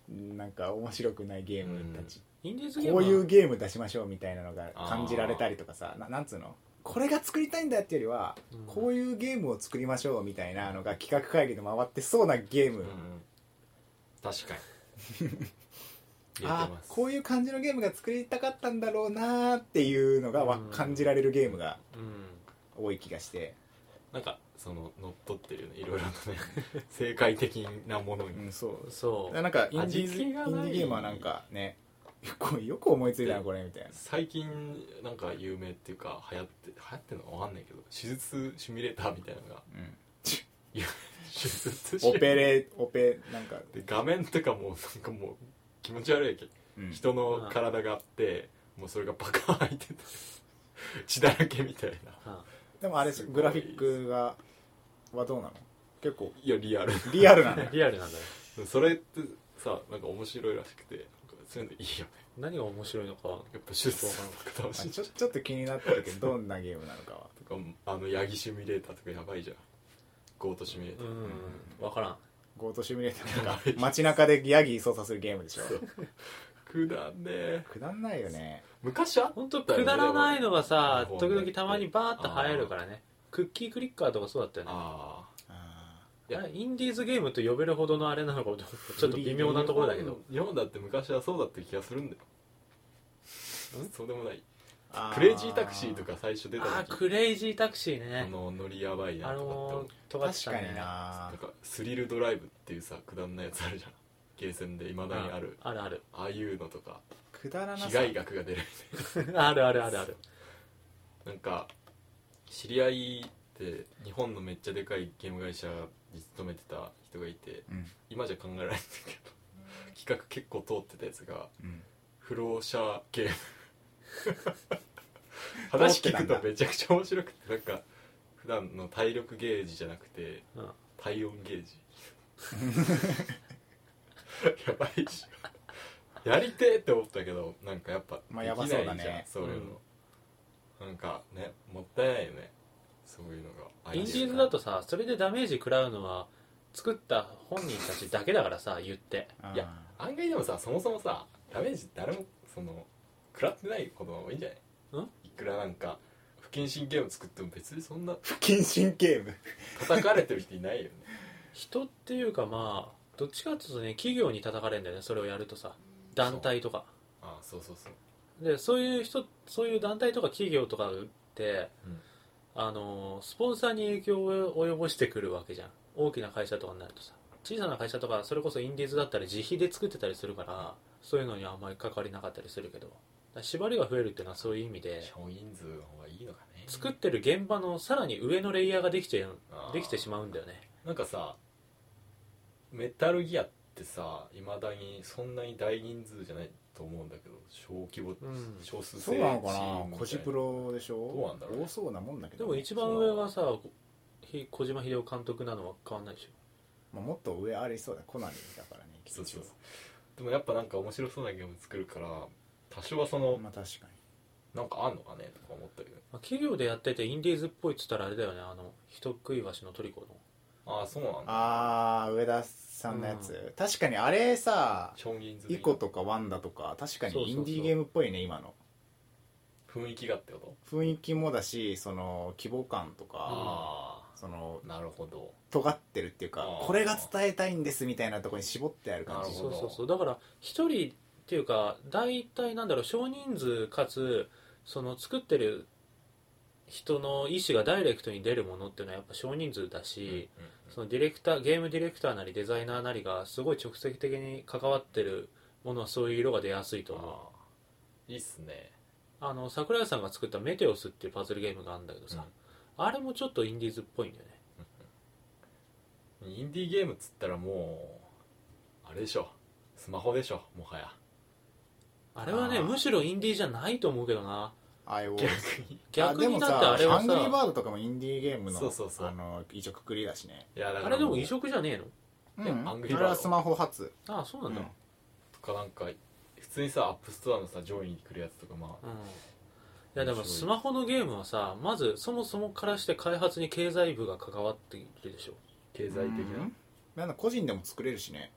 Speaker 3: なんか面白くないゲームたち、
Speaker 1: インディーズゲーム
Speaker 3: こ
Speaker 1: は
Speaker 3: ういうゲーム出しましょうみたいなのが感じられたりとかさななんつうのこれが作りたいんだっていうよりは、
Speaker 1: うん
Speaker 3: こういうゲームを作りましょうみたいなのが企画会議で回ってそうなゲーム、
Speaker 2: うんうん確 かに言え
Speaker 3: あ
Speaker 2: てます
Speaker 3: こういう感じのゲームが作りたかったんだろうなーっていうのがわ
Speaker 1: うん
Speaker 3: 感じられるゲームが
Speaker 1: うん
Speaker 3: 多い気がして、
Speaker 2: なんかその乗っ取ってるよねい ろいろとね正解的なものに、
Speaker 3: うん、そう
Speaker 1: そう
Speaker 3: なんかインディーズイ
Speaker 2: 味気
Speaker 3: ンデ
Speaker 2: が
Speaker 3: ィ
Speaker 2: ない
Speaker 3: ーゲームはなんかねよくよく思いついたなこれみたいな
Speaker 2: 最近なんか有名っていうか流行って流行ってるのかわかんないけど手術シミュレーターみたいな のが手術シミ
Speaker 3: オ
Speaker 2: ュレー
Speaker 3: ペレオペなんか、
Speaker 2: ターで画面とかもなんかもう気持ち悪いわけ
Speaker 3: うん
Speaker 2: 人の体があってもうそれがバカン開いて て血だらけみたいな
Speaker 1: は
Speaker 3: でもあれ
Speaker 2: すごい
Speaker 3: グラフィックがはどうなの結構
Speaker 2: いやリアル
Speaker 3: リア ルなんだ
Speaker 1: いリアルなんだよ
Speaker 2: それってさなんか面白いらしくてなんかそういうのいいよね
Speaker 1: 何が面白いのか
Speaker 2: やっぱ手術とか楽しい
Speaker 3: ちょちょっと気になってるけどどんなゲームなのかは
Speaker 2: とかあのヤギシミュレーターとかやばいじゃんゴートシミュレー
Speaker 1: う
Speaker 2: ター、
Speaker 1: ん分からん
Speaker 3: ゴートシミュレーターと か街中でヤギ操作するゲームでしょ
Speaker 2: くだんねえ
Speaker 3: くだんないよね
Speaker 2: 昔あっ
Speaker 1: 本当
Speaker 2: たよ
Speaker 1: く
Speaker 2: ね
Speaker 1: だらないのがさ、
Speaker 2: でも
Speaker 1: 時々たまにバーッと流行るからね。クッキークリッカーとかそうだったよね。
Speaker 2: あ
Speaker 3: あ
Speaker 1: いやインディーズゲームと呼べるほどのあれなのかも ちょっと微妙なところだけど
Speaker 2: 日本日本だって昔はそうだった気がするんだよそうでもない
Speaker 3: ー
Speaker 2: クレイジータクシーとか最初出た
Speaker 1: あー
Speaker 2: 時
Speaker 1: クレイジータクシー
Speaker 2: あ
Speaker 1: ね
Speaker 2: の乗りやばい
Speaker 1: あ
Speaker 2: なとかっ
Speaker 1: の
Speaker 2: て
Speaker 1: とかっ
Speaker 3: 確
Speaker 1: てた
Speaker 3: か
Speaker 1: ね
Speaker 3: にな
Speaker 2: なんかスリルドライブっていうさくだんないやつあるじゃんゲーセンでいまだにある
Speaker 1: あるある
Speaker 2: ああいうのとか
Speaker 3: くだらなさ
Speaker 2: 被害額が出る
Speaker 1: あるあ るあるある
Speaker 2: なんか知り合いで日本のめっちゃでかいゲーム会社に勤めてた人がいて
Speaker 3: うん
Speaker 2: 今じゃ考えられないんだけど企画結構通ってたやつが
Speaker 3: うん
Speaker 2: 不老者ゲーム話聞くとめちゃくちゃ面白くてなんか普段の体力ゲージじゃなくて
Speaker 1: うん
Speaker 2: 体温ゲージ やばいっしょやりてえって思ったけどなんかやっぱ
Speaker 3: まあやばそうだ
Speaker 2: できな
Speaker 3: ね
Speaker 2: いじゃんそういうの、なんかねもったいないよねそういうのが
Speaker 1: インディーズだとさそれでダメージ食らうのは作った本人たちだけだからさ言って
Speaker 2: いや案外でもさそもそもさダメージ誰もその食らってないほどの方がいいんじゃない
Speaker 1: ん
Speaker 2: いくらなんか不謹慎ゲーム作っても別にそんな
Speaker 3: 不謹慎ゲーム
Speaker 2: 叩かれてる人いないよね
Speaker 1: 人っていうかまあどっちかっていうとね企業に叩かれるんだよねそれをやるとさ団体とか
Speaker 2: ああそうそうそう
Speaker 1: でそういう人そういう団体とか企業とかって、
Speaker 2: うん
Speaker 1: あのスポンサーに影響を及ぼしてくるわけじゃん大きな会社とかになるとさ小さな会社とかそれこそインディーズだったり自費で作ってたりするからそういうのにあんまり関わりなかったりするけどだから縛りが増えるっていうのはそういう意味で
Speaker 2: 少人数の方がいいのかね
Speaker 1: 作ってる現場のさらに上のレイヤーができちゃう
Speaker 2: あー
Speaker 1: できてしまうんだよね
Speaker 2: なんかさメタルギアってさいまだにそんなに大人数じゃないと思うんだけど小規模、
Speaker 1: うん
Speaker 2: 少数
Speaker 3: そ
Speaker 2: 精
Speaker 3: う
Speaker 2: 鋭
Speaker 3: なのか
Speaker 2: チームみたい
Speaker 3: なコジプロでしょ
Speaker 2: どうなんだろうね
Speaker 3: 多そうなもんだけ
Speaker 1: で
Speaker 3: ど
Speaker 1: も一番上がさひ小島秀夫監督なのは変わんないでしょ
Speaker 3: まあ、もっと上ありそうだコナミだからね
Speaker 2: そうそう
Speaker 3: 一
Speaker 2: でもやっぱなんか面白そうなゲーム作るから多少はその
Speaker 3: 応まあ確かに
Speaker 2: なんかあんのかねとか思ったけど
Speaker 1: まあ企業でやっててインディーズっぽいっつったらあれだよねあの人食い橋のトリコの
Speaker 2: ああそうなんだ
Speaker 3: ああ上田さんのやつ、
Speaker 1: う
Speaker 3: 確かにあれさ
Speaker 2: 少人数
Speaker 3: イコとかワンダとか確か
Speaker 1: そうそう
Speaker 3: にイ
Speaker 1: そう
Speaker 3: ンディーゲームっぽいね今の
Speaker 2: 雰囲気がってこと
Speaker 3: 雰囲気もだしその規模感とか、
Speaker 2: あ
Speaker 3: その
Speaker 2: あなるほど
Speaker 3: 尖ってるっていうか
Speaker 2: あー
Speaker 3: これが伝えたいんですみたいなところに絞ってある感
Speaker 2: な
Speaker 3: じ
Speaker 1: そ
Speaker 2: るほど
Speaker 1: うそうそうだから一人っていうか大体なんだろう少人数かつその作ってる人の意思がダイレクトに出るものっていうのはやっぱ少人数だし、
Speaker 2: うんうん
Speaker 1: そのディレクターゲームディレクターなりデザイナーなりがすごい直接的に関わってるものはそういう色が出やすいと思う
Speaker 2: あーいいっすね
Speaker 1: あの桜井さんが作った「メテオス」っていうパズルゲームがあるんだけどさ、あれもちょっとインディーズっぽいんだよね
Speaker 2: インディーゲームっつったらもうあれでしょスマホでしょもはや
Speaker 1: あれはね
Speaker 3: あー
Speaker 1: むしろインディーじゃないと思うけどな
Speaker 3: iOS
Speaker 2: 逆に
Speaker 1: 逆にだってあ
Speaker 3: で
Speaker 1: れは
Speaker 3: もさハングリー
Speaker 1: さ
Speaker 3: バードとかもインディーゲームの
Speaker 2: そうそうそう
Speaker 3: あの一応くくりだしね
Speaker 2: いやだから
Speaker 1: あれでも
Speaker 2: う
Speaker 1: 移植じゃねえの
Speaker 3: うん
Speaker 2: や
Speaker 3: うん
Speaker 2: ハ
Speaker 3: あ
Speaker 2: ングリーバード
Speaker 3: れはスマホ初
Speaker 1: ああそうなんだ、
Speaker 3: うん
Speaker 2: とかなんか普通にさアップストアのさ上位に来るやつとかま
Speaker 1: う
Speaker 2: あ
Speaker 1: んいやでもスマホのゲームはさまずそもそもからして開発に経済部が関わっているでしょ
Speaker 2: 経済的な
Speaker 3: う
Speaker 2: ん
Speaker 3: なんだ個人でも作れるしね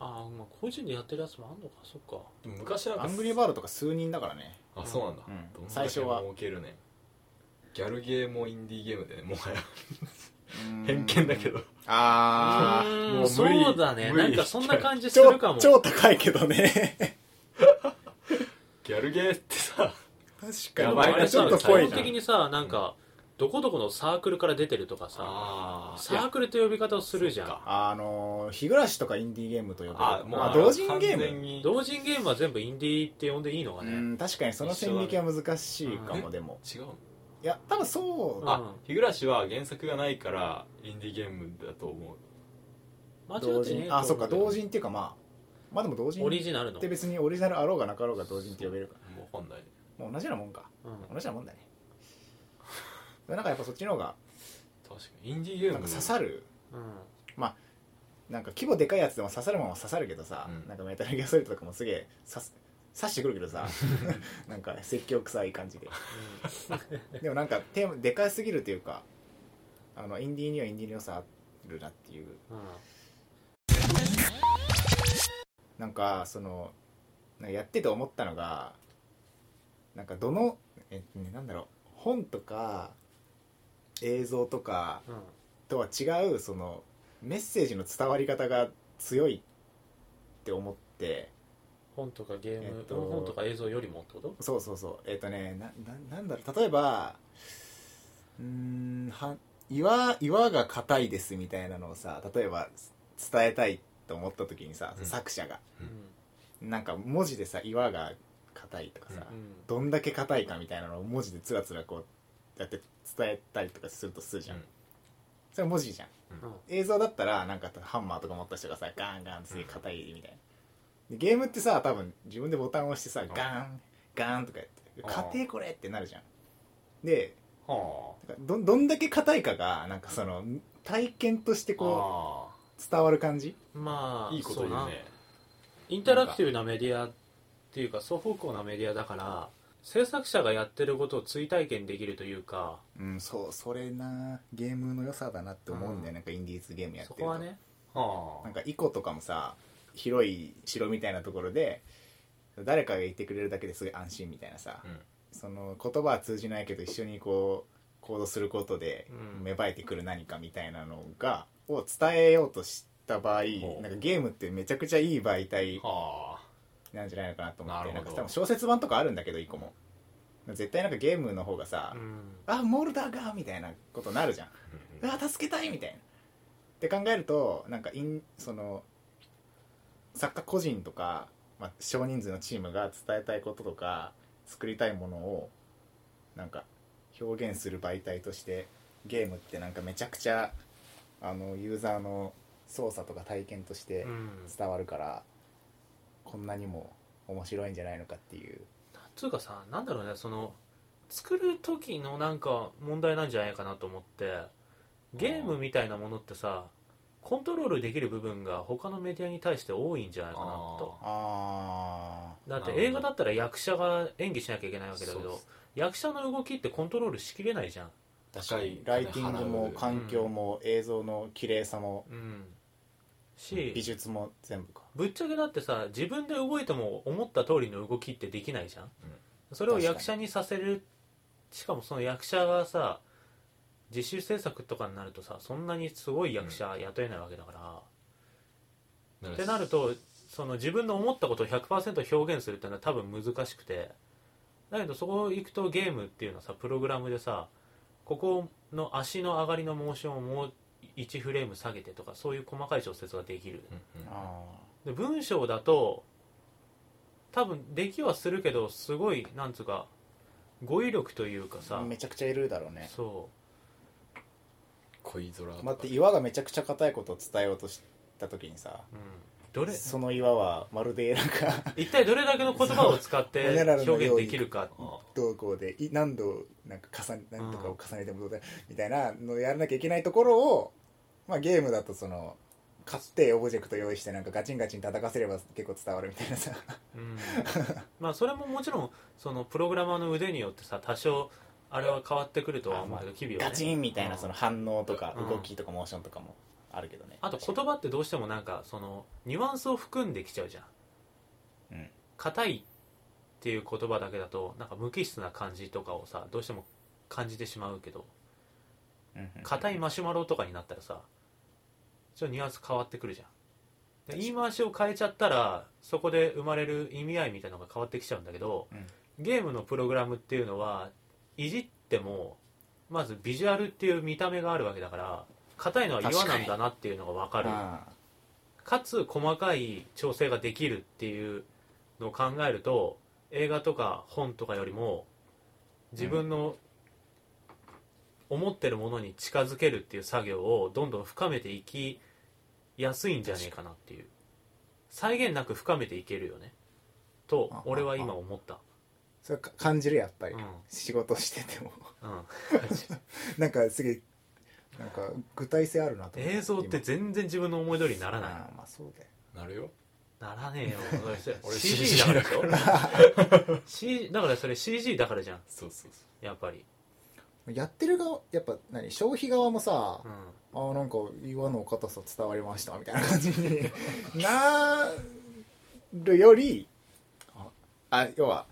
Speaker 1: ああまあ個人でやってるやつもあんのかそっか
Speaker 2: でも昔なんか
Speaker 3: アングリーバードとか数人だからね
Speaker 2: あそうなんだ、
Speaker 3: うん
Speaker 2: どんだけ
Speaker 3: 最初は
Speaker 2: 儲けるねギャルゲーもインディーゲームでねもはや偏見だけど
Speaker 3: あ
Speaker 1: う
Speaker 3: あ
Speaker 1: ーん
Speaker 2: もう無理
Speaker 1: そうだね
Speaker 2: 無
Speaker 1: な
Speaker 2: 理
Speaker 1: んかそんな感じす
Speaker 3: 超
Speaker 1: るかも
Speaker 3: 超高いけどね
Speaker 2: ギャルゲーってさ
Speaker 3: 確
Speaker 2: かに
Speaker 3: か
Speaker 2: や
Speaker 3: に
Speaker 2: ばい
Speaker 1: あれ
Speaker 3: ちょ
Speaker 1: さ
Speaker 3: っ
Speaker 1: 基
Speaker 3: と濃い
Speaker 1: 本
Speaker 3: な
Speaker 1: 的にさなんかどこどこのサークルから出てるとかさ
Speaker 2: あ
Speaker 1: サークルって呼び方をするじ
Speaker 2: そっ
Speaker 1: ゃ
Speaker 2: か
Speaker 3: あのー日暮らしとかインディーゲームと呼ぶ
Speaker 2: あもう
Speaker 3: あ同人ゲ
Speaker 2: 完
Speaker 3: ー
Speaker 2: 全
Speaker 3: ム
Speaker 1: ん
Speaker 2: に
Speaker 1: 同人ゲームは全部インディーって呼んでいいのか
Speaker 3: う
Speaker 1: ね、
Speaker 3: ん確かにその線引きは難しい
Speaker 1: 一
Speaker 3: か
Speaker 1: 緒
Speaker 2: だ
Speaker 3: もでも
Speaker 2: 違うの
Speaker 3: いや多分そううん
Speaker 2: あ日暮らしは原作がないからインディーゲームだと思う
Speaker 1: 間違
Speaker 3: 同
Speaker 1: ってねえと思う
Speaker 3: 人
Speaker 1: けど
Speaker 3: あそっか同人っていうかまあまあでも同人
Speaker 1: オリ
Speaker 3: っ
Speaker 1: ジナルの
Speaker 3: て別にオリジナルあろうがなかろうが同人って呼べるか
Speaker 2: もうわかんない
Speaker 3: らもう同じようなもんか
Speaker 1: うん
Speaker 3: 同じような もんだねでもなんかやっぱそっちの方が
Speaker 2: 確かにインディーゲーム
Speaker 3: なんか刺さる
Speaker 1: うん
Speaker 3: なんか規模でかいやつでも刺さるもんは刺さるけどさ、
Speaker 2: うん
Speaker 3: なんかメタルギアソリッドとかもすげえ刺す刺してくるけどさ なんか説教臭い感じででもなんかテーマでかすぎるというかあのインディーにはインディーの良さあるなっていう
Speaker 1: うんうん
Speaker 3: なんかそのなんかやってて思ったのがなんかどのえっとねなんだろう本とか映像とか
Speaker 1: うん
Speaker 3: とは違うそのメッセージの伝わり方が強いって思って
Speaker 1: 本とかゲーム、
Speaker 3: えっと
Speaker 1: 本とか映像よりもってこと
Speaker 3: そうそうそうえっ、とねなななんだろう例えばうーんは岩岩が硬いですみたいなのをさ例えば伝えたいと思った時にさ、
Speaker 5: うん
Speaker 3: 作者が
Speaker 1: う
Speaker 5: うん
Speaker 3: なんか文字でさ岩が硬いとかさ、
Speaker 1: うん
Speaker 3: どんだけ硬いかみたいなのを文字でつらつらこうやって伝えたりとかするとするじゃん、
Speaker 5: うん
Speaker 3: それは文字じゃん
Speaker 1: うん
Speaker 3: 映像だったらなんかハンマーとか持った人がさガンガンってすげえ硬いみたいな、でゲームってさ多分自分でボタンを押してさガンガンとかやって「
Speaker 5: あ
Speaker 3: 硬いこれ!」ってなるじゃんで
Speaker 5: は
Speaker 3: なんかどどんだけ硬いかがなんかその体験として
Speaker 5: あ
Speaker 3: こ
Speaker 5: あ
Speaker 3: う伝わる感じ
Speaker 1: ま
Speaker 5: あ
Speaker 1: あ
Speaker 5: いいこと言
Speaker 1: そうな
Speaker 5: ね
Speaker 1: インタラクティブなメディアっていうか双方向なメディアだから制作者がやってることを追体験できるというか
Speaker 3: うんそうそれなゲームの良さだなって思うんだよ、なんかインディーズゲームやって
Speaker 1: そ
Speaker 3: ると
Speaker 1: こはね
Speaker 5: は
Speaker 3: なんかイコとかもさ広い城みたいなところで誰かがいてくれるだけですごい安心みたいなさ、
Speaker 5: うん
Speaker 3: その言葉は通じないけど一緒にこう行動することで
Speaker 1: うん
Speaker 3: 芽生えてくる何かみたいなのがを伝えようとした場合
Speaker 5: ほう
Speaker 3: なんかゲームってめちゃくちゃいい媒体
Speaker 5: はあ
Speaker 3: なんじゃないのかなと思っ
Speaker 5: な
Speaker 3: て
Speaker 5: るほ
Speaker 3: な
Speaker 5: ど
Speaker 3: んか多分小説版とかあるんだけどイコも絶対なんかゲームの方がさ「
Speaker 1: うん
Speaker 3: あモルダーが!」みたいなことになるじゃんうわ助けたいみたいなって考えるとなんかインその作家個人とか、まあ、少人数のチームが伝えたいこととか作りたいものをなんか表現する媒体としてゲームってなんかめちゃくちゃあのユーザーの操作とか体験として
Speaker 1: うん
Speaker 3: 伝わるから、こんなにも面白いんじゃないのかっていう
Speaker 1: つうかさなんだろうねその作る時のなんか問題なんじゃないかなと思ってゲームみたいなものってさコントロールできる部分が他のメディアに対して多いんじゃないかなと
Speaker 3: あ
Speaker 1: だっ
Speaker 5: な
Speaker 1: て
Speaker 5: るほど
Speaker 1: 映画だったら役者が演技しなきゃいけないわけだけ
Speaker 5: そうっ
Speaker 1: ど
Speaker 5: す
Speaker 1: 役者の動きってコントロールしきれないじゃん
Speaker 5: 高い
Speaker 3: ライティング
Speaker 5: 金払
Speaker 3: も
Speaker 5: う
Speaker 3: 環境も映像の綺麗さも
Speaker 1: うん
Speaker 3: 美
Speaker 1: し
Speaker 3: 術も全部か
Speaker 1: ぶっちゃけだってさ自分で動いても思った通りの動きってできないじゃん、それを役者にさせるしかもその役者がさ自主制作とかになるとさそんなにすごい役者雇えないわけだから、ってなるとその自分の思ったことを100%表現するっていうのは多分難しくてだけどそこ行くとゲームっていうのはさプログラムでさここの足の上がりのモーションをもう1フレーム下げてとかそういう細かい調節ができる
Speaker 5: うんうん
Speaker 3: あ
Speaker 1: で文章だと多分できはするけどすごいなんつうか語彙力というか
Speaker 3: あ
Speaker 1: さ
Speaker 3: めちゃくちゃいるだろうね
Speaker 1: そ
Speaker 5: 恋空とか
Speaker 3: 待って岩がめちゃくちゃ硬いことを伝えようとした時にさ
Speaker 1: う、うん、どれ
Speaker 3: その岩はまるでな んか
Speaker 1: 一体どれだけの言葉を使っ
Speaker 3: そう
Speaker 1: て表現できるか
Speaker 5: あ
Speaker 3: どうこうでい何度なんか重ね何とかを重ねてもどうだみたいなのをやらなきゃいけないところを、まあ、ゲームだとその買ってオブジェクト用意してなんかガチンガチン叩かせれば結構伝わるみたいなさ
Speaker 1: うん、まあそれももちろんそのプログラマーの腕によってさ多少あれは変わってくるとは思うけど機微は
Speaker 3: ガチ
Speaker 1: ね
Speaker 3: ンみたいなその反応とか
Speaker 1: うん
Speaker 3: 動きとかモーションとかもあるけどね
Speaker 1: あと言葉ってどうしてもなんかそのニュアンスを含んできちゃうじゃん
Speaker 3: うん
Speaker 1: 硬いっていう言葉だけだとなんか無機質な感じとかをさどうしても感じてしまうけど
Speaker 3: うんうん
Speaker 1: 硬いマシュマロとかになったらさちょっとニュアンス変わってくるじゃんで言い回しを変えちゃったらそこで生まれる意味合いみたいなのが変わってきちゃうんだけど、
Speaker 3: うん
Speaker 1: ゲームのプログラムっていうのはいじってもまずビジュアルっていう見た目があるわけだから硬いのは岩なんだなっていうのが分かる
Speaker 3: ああ
Speaker 1: かつ細かい調整ができるっていうのを考えると映画とか本とかよりも自分の思ってるものに近づけるっていう作業をどんどん深めていきやすいんじゃねえかなっていう再現なく深めていけるよねと
Speaker 3: あ
Speaker 1: 俺は今思った
Speaker 3: それか感じるやっぱり、
Speaker 1: うん
Speaker 3: 仕事してても
Speaker 1: うん
Speaker 3: なんかすげえなんか具体性あるなと 思
Speaker 1: 映像って
Speaker 3: 今
Speaker 1: 全然自分の思い通りにならない
Speaker 3: ああまあそうだよ
Speaker 5: なるよ
Speaker 1: ならねえ よ
Speaker 5: 俺
Speaker 1: CG だからでしょ C だからそれ CG だからじゃん
Speaker 5: そうそうそ
Speaker 1: やっぱり
Speaker 3: やってる側やっぱ何消費側もさ、
Speaker 1: うん
Speaker 3: ああなんか岩の硬さ伝わりましたみたいな感じに なるよりああ要は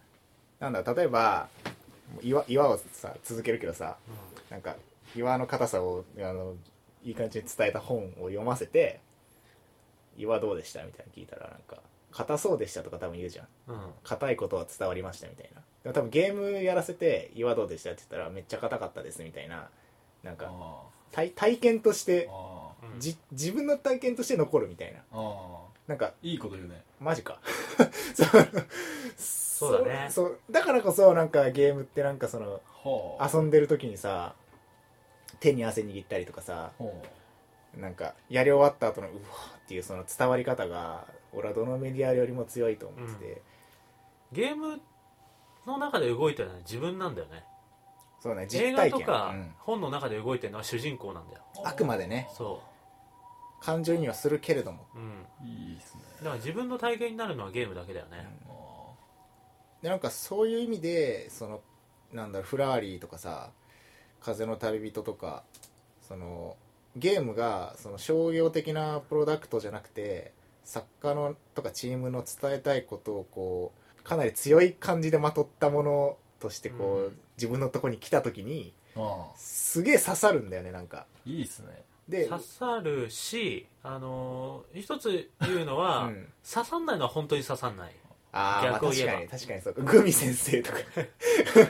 Speaker 3: なんだろう例えば岩岩をさ続けるけどさなんか岩の硬さをあのいい感じに伝えた本を読ませて「岩どうでした?」みたいなの聞いたらなんか「硬そうでした」とか多分言うじゃん
Speaker 1: うん
Speaker 3: 硬いことは伝わりましたみたいなでも多分ゲームやらせて「岩どうでした?」って言ったら「めっちゃ硬かったです」みたいななんか
Speaker 6: あ
Speaker 3: 体体験として
Speaker 6: ーあー
Speaker 3: じ自分の体験として残るみたいな
Speaker 6: あ
Speaker 3: なんか
Speaker 6: ーいいこと言うね
Speaker 3: マジか そう
Speaker 1: そうだね
Speaker 3: そうだからこそなんかゲームってなんかその
Speaker 6: はあ
Speaker 3: 遊んでる時にさ手に汗握ったりとかさ
Speaker 6: ほ
Speaker 3: なんかやり終わった後のうわーっていうその伝わり方が俺はどのメディアよりも強いと思ってて、
Speaker 1: ゲームの中で動いてるのは自分なんだよね
Speaker 3: そうね
Speaker 1: 映
Speaker 3: 実
Speaker 1: 画
Speaker 3: 体
Speaker 1: と
Speaker 3: 験
Speaker 1: か
Speaker 3: うん
Speaker 1: 本の中で動いてるのは主人公なんだよ
Speaker 3: あくまでね
Speaker 1: そ
Speaker 3: 感情移入はするけれども
Speaker 1: ううん
Speaker 6: ういいですね
Speaker 1: だから自分の体験になるのはゲームだけだよね
Speaker 6: あ
Speaker 3: でなんかそういう意味でそのなんだろうフラーリーとかさ「風の旅人」とかそのゲームがその商業的なプロダクトじゃなくて作家のとかチームの伝えたいことをこうかなり強い感じでまとったものとしてこう、
Speaker 1: うん
Speaker 3: 自分のとこに来た時に
Speaker 6: ーあ
Speaker 3: すげえ刺さるんだよねなんか
Speaker 6: ーいいですね
Speaker 3: で
Speaker 1: 刺さるし、あのー一つ言うのは、
Speaker 3: うん
Speaker 1: 刺さんないのは本当に刺さんない
Speaker 3: あーまあ
Speaker 1: 逆を言え
Speaker 3: 確
Speaker 1: ば
Speaker 3: かに確かにそうかグミ先生とか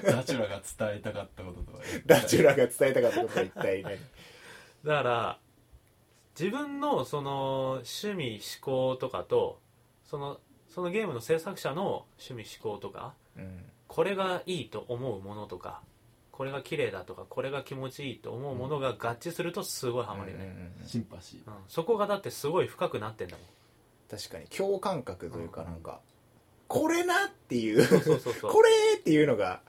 Speaker 6: ダチュラが伝えたかったこととは
Speaker 3: ダチュラが伝えたかったことは一体何
Speaker 1: だから自分のその趣味思考とかとそのそのゲームの制作者の趣味思考とか
Speaker 3: うん
Speaker 1: これがいいと思うものとかこれが綺麗だとかこれが気持ちいいと思うものが合致するとすごいハマるよ
Speaker 3: うん
Speaker 1: ね、
Speaker 3: うんうん
Speaker 6: シンパシー
Speaker 1: うんそこがだってすごい深くなってんだも ん
Speaker 3: 確かに共感覚というか
Speaker 6: うん
Speaker 3: なんか、これなっていう
Speaker 1: そうそうそうそう
Speaker 3: これっていうのが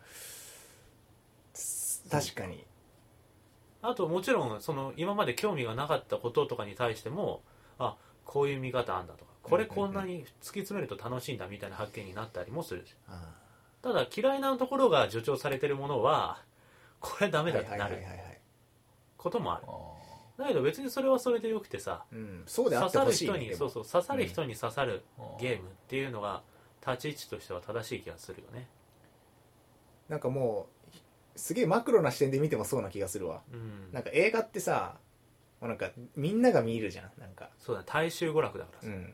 Speaker 3: 確かに
Speaker 1: あともちろんその今まで興味がなかったこととかに対してもあこういう見方あんだとかこれこんなに突き詰めると楽しいんだみたいな発見になったりもする
Speaker 3: あ
Speaker 1: ただ嫌いなところが助長されてるものはこれダ
Speaker 3: あ
Speaker 1: メだってなる
Speaker 3: はいはいはいはい
Speaker 1: こともある
Speaker 6: あ
Speaker 1: だけど別にそれはそれでよくてさ
Speaker 3: うん、そうで
Speaker 1: 刺
Speaker 3: あって
Speaker 1: さ
Speaker 3: ほ
Speaker 1: る
Speaker 3: しい、
Speaker 1: 人
Speaker 3: ね、
Speaker 1: に
Speaker 3: で
Speaker 1: そ
Speaker 3: も
Speaker 1: うそう刺さる人に刺さる
Speaker 6: ー
Speaker 1: ゲームっていうのが立ち位置としては正しい気がするよね
Speaker 3: なんかもうすげえマクロな視点で見てもそうな気がするわ
Speaker 1: うん
Speaker 3: なんか映画ってさもうなんかみんなが見るじゃんなんか、
Speaker 1: そうだ大衆娯楽だからさ
Speaker 3: うん、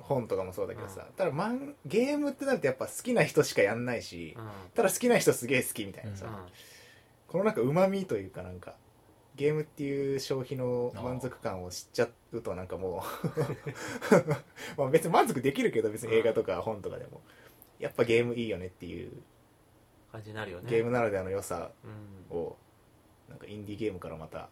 Speaker 3: 本とかもそうだけどさ、ただマンゲームってなるとやっぱ好きな人しかやんないし、
Speaker 1: うん
Speaker 3: ただ好きな人すげえ好きみたいなさ、
Speaker 6: うん
Speaker 3: このなんかうまみというかなんかゲームっていう消費の満足感を知っちゃうとなんかもう まあ別に満足できるけど別に映画とか本とかでもやっぱゲームいいよねっていう
Speaker 1: 感じになるよね
Speaker 3: ゲームならではの良さ
Speaker 1: うん
Speaker 3: をなんかインディーゲームからまた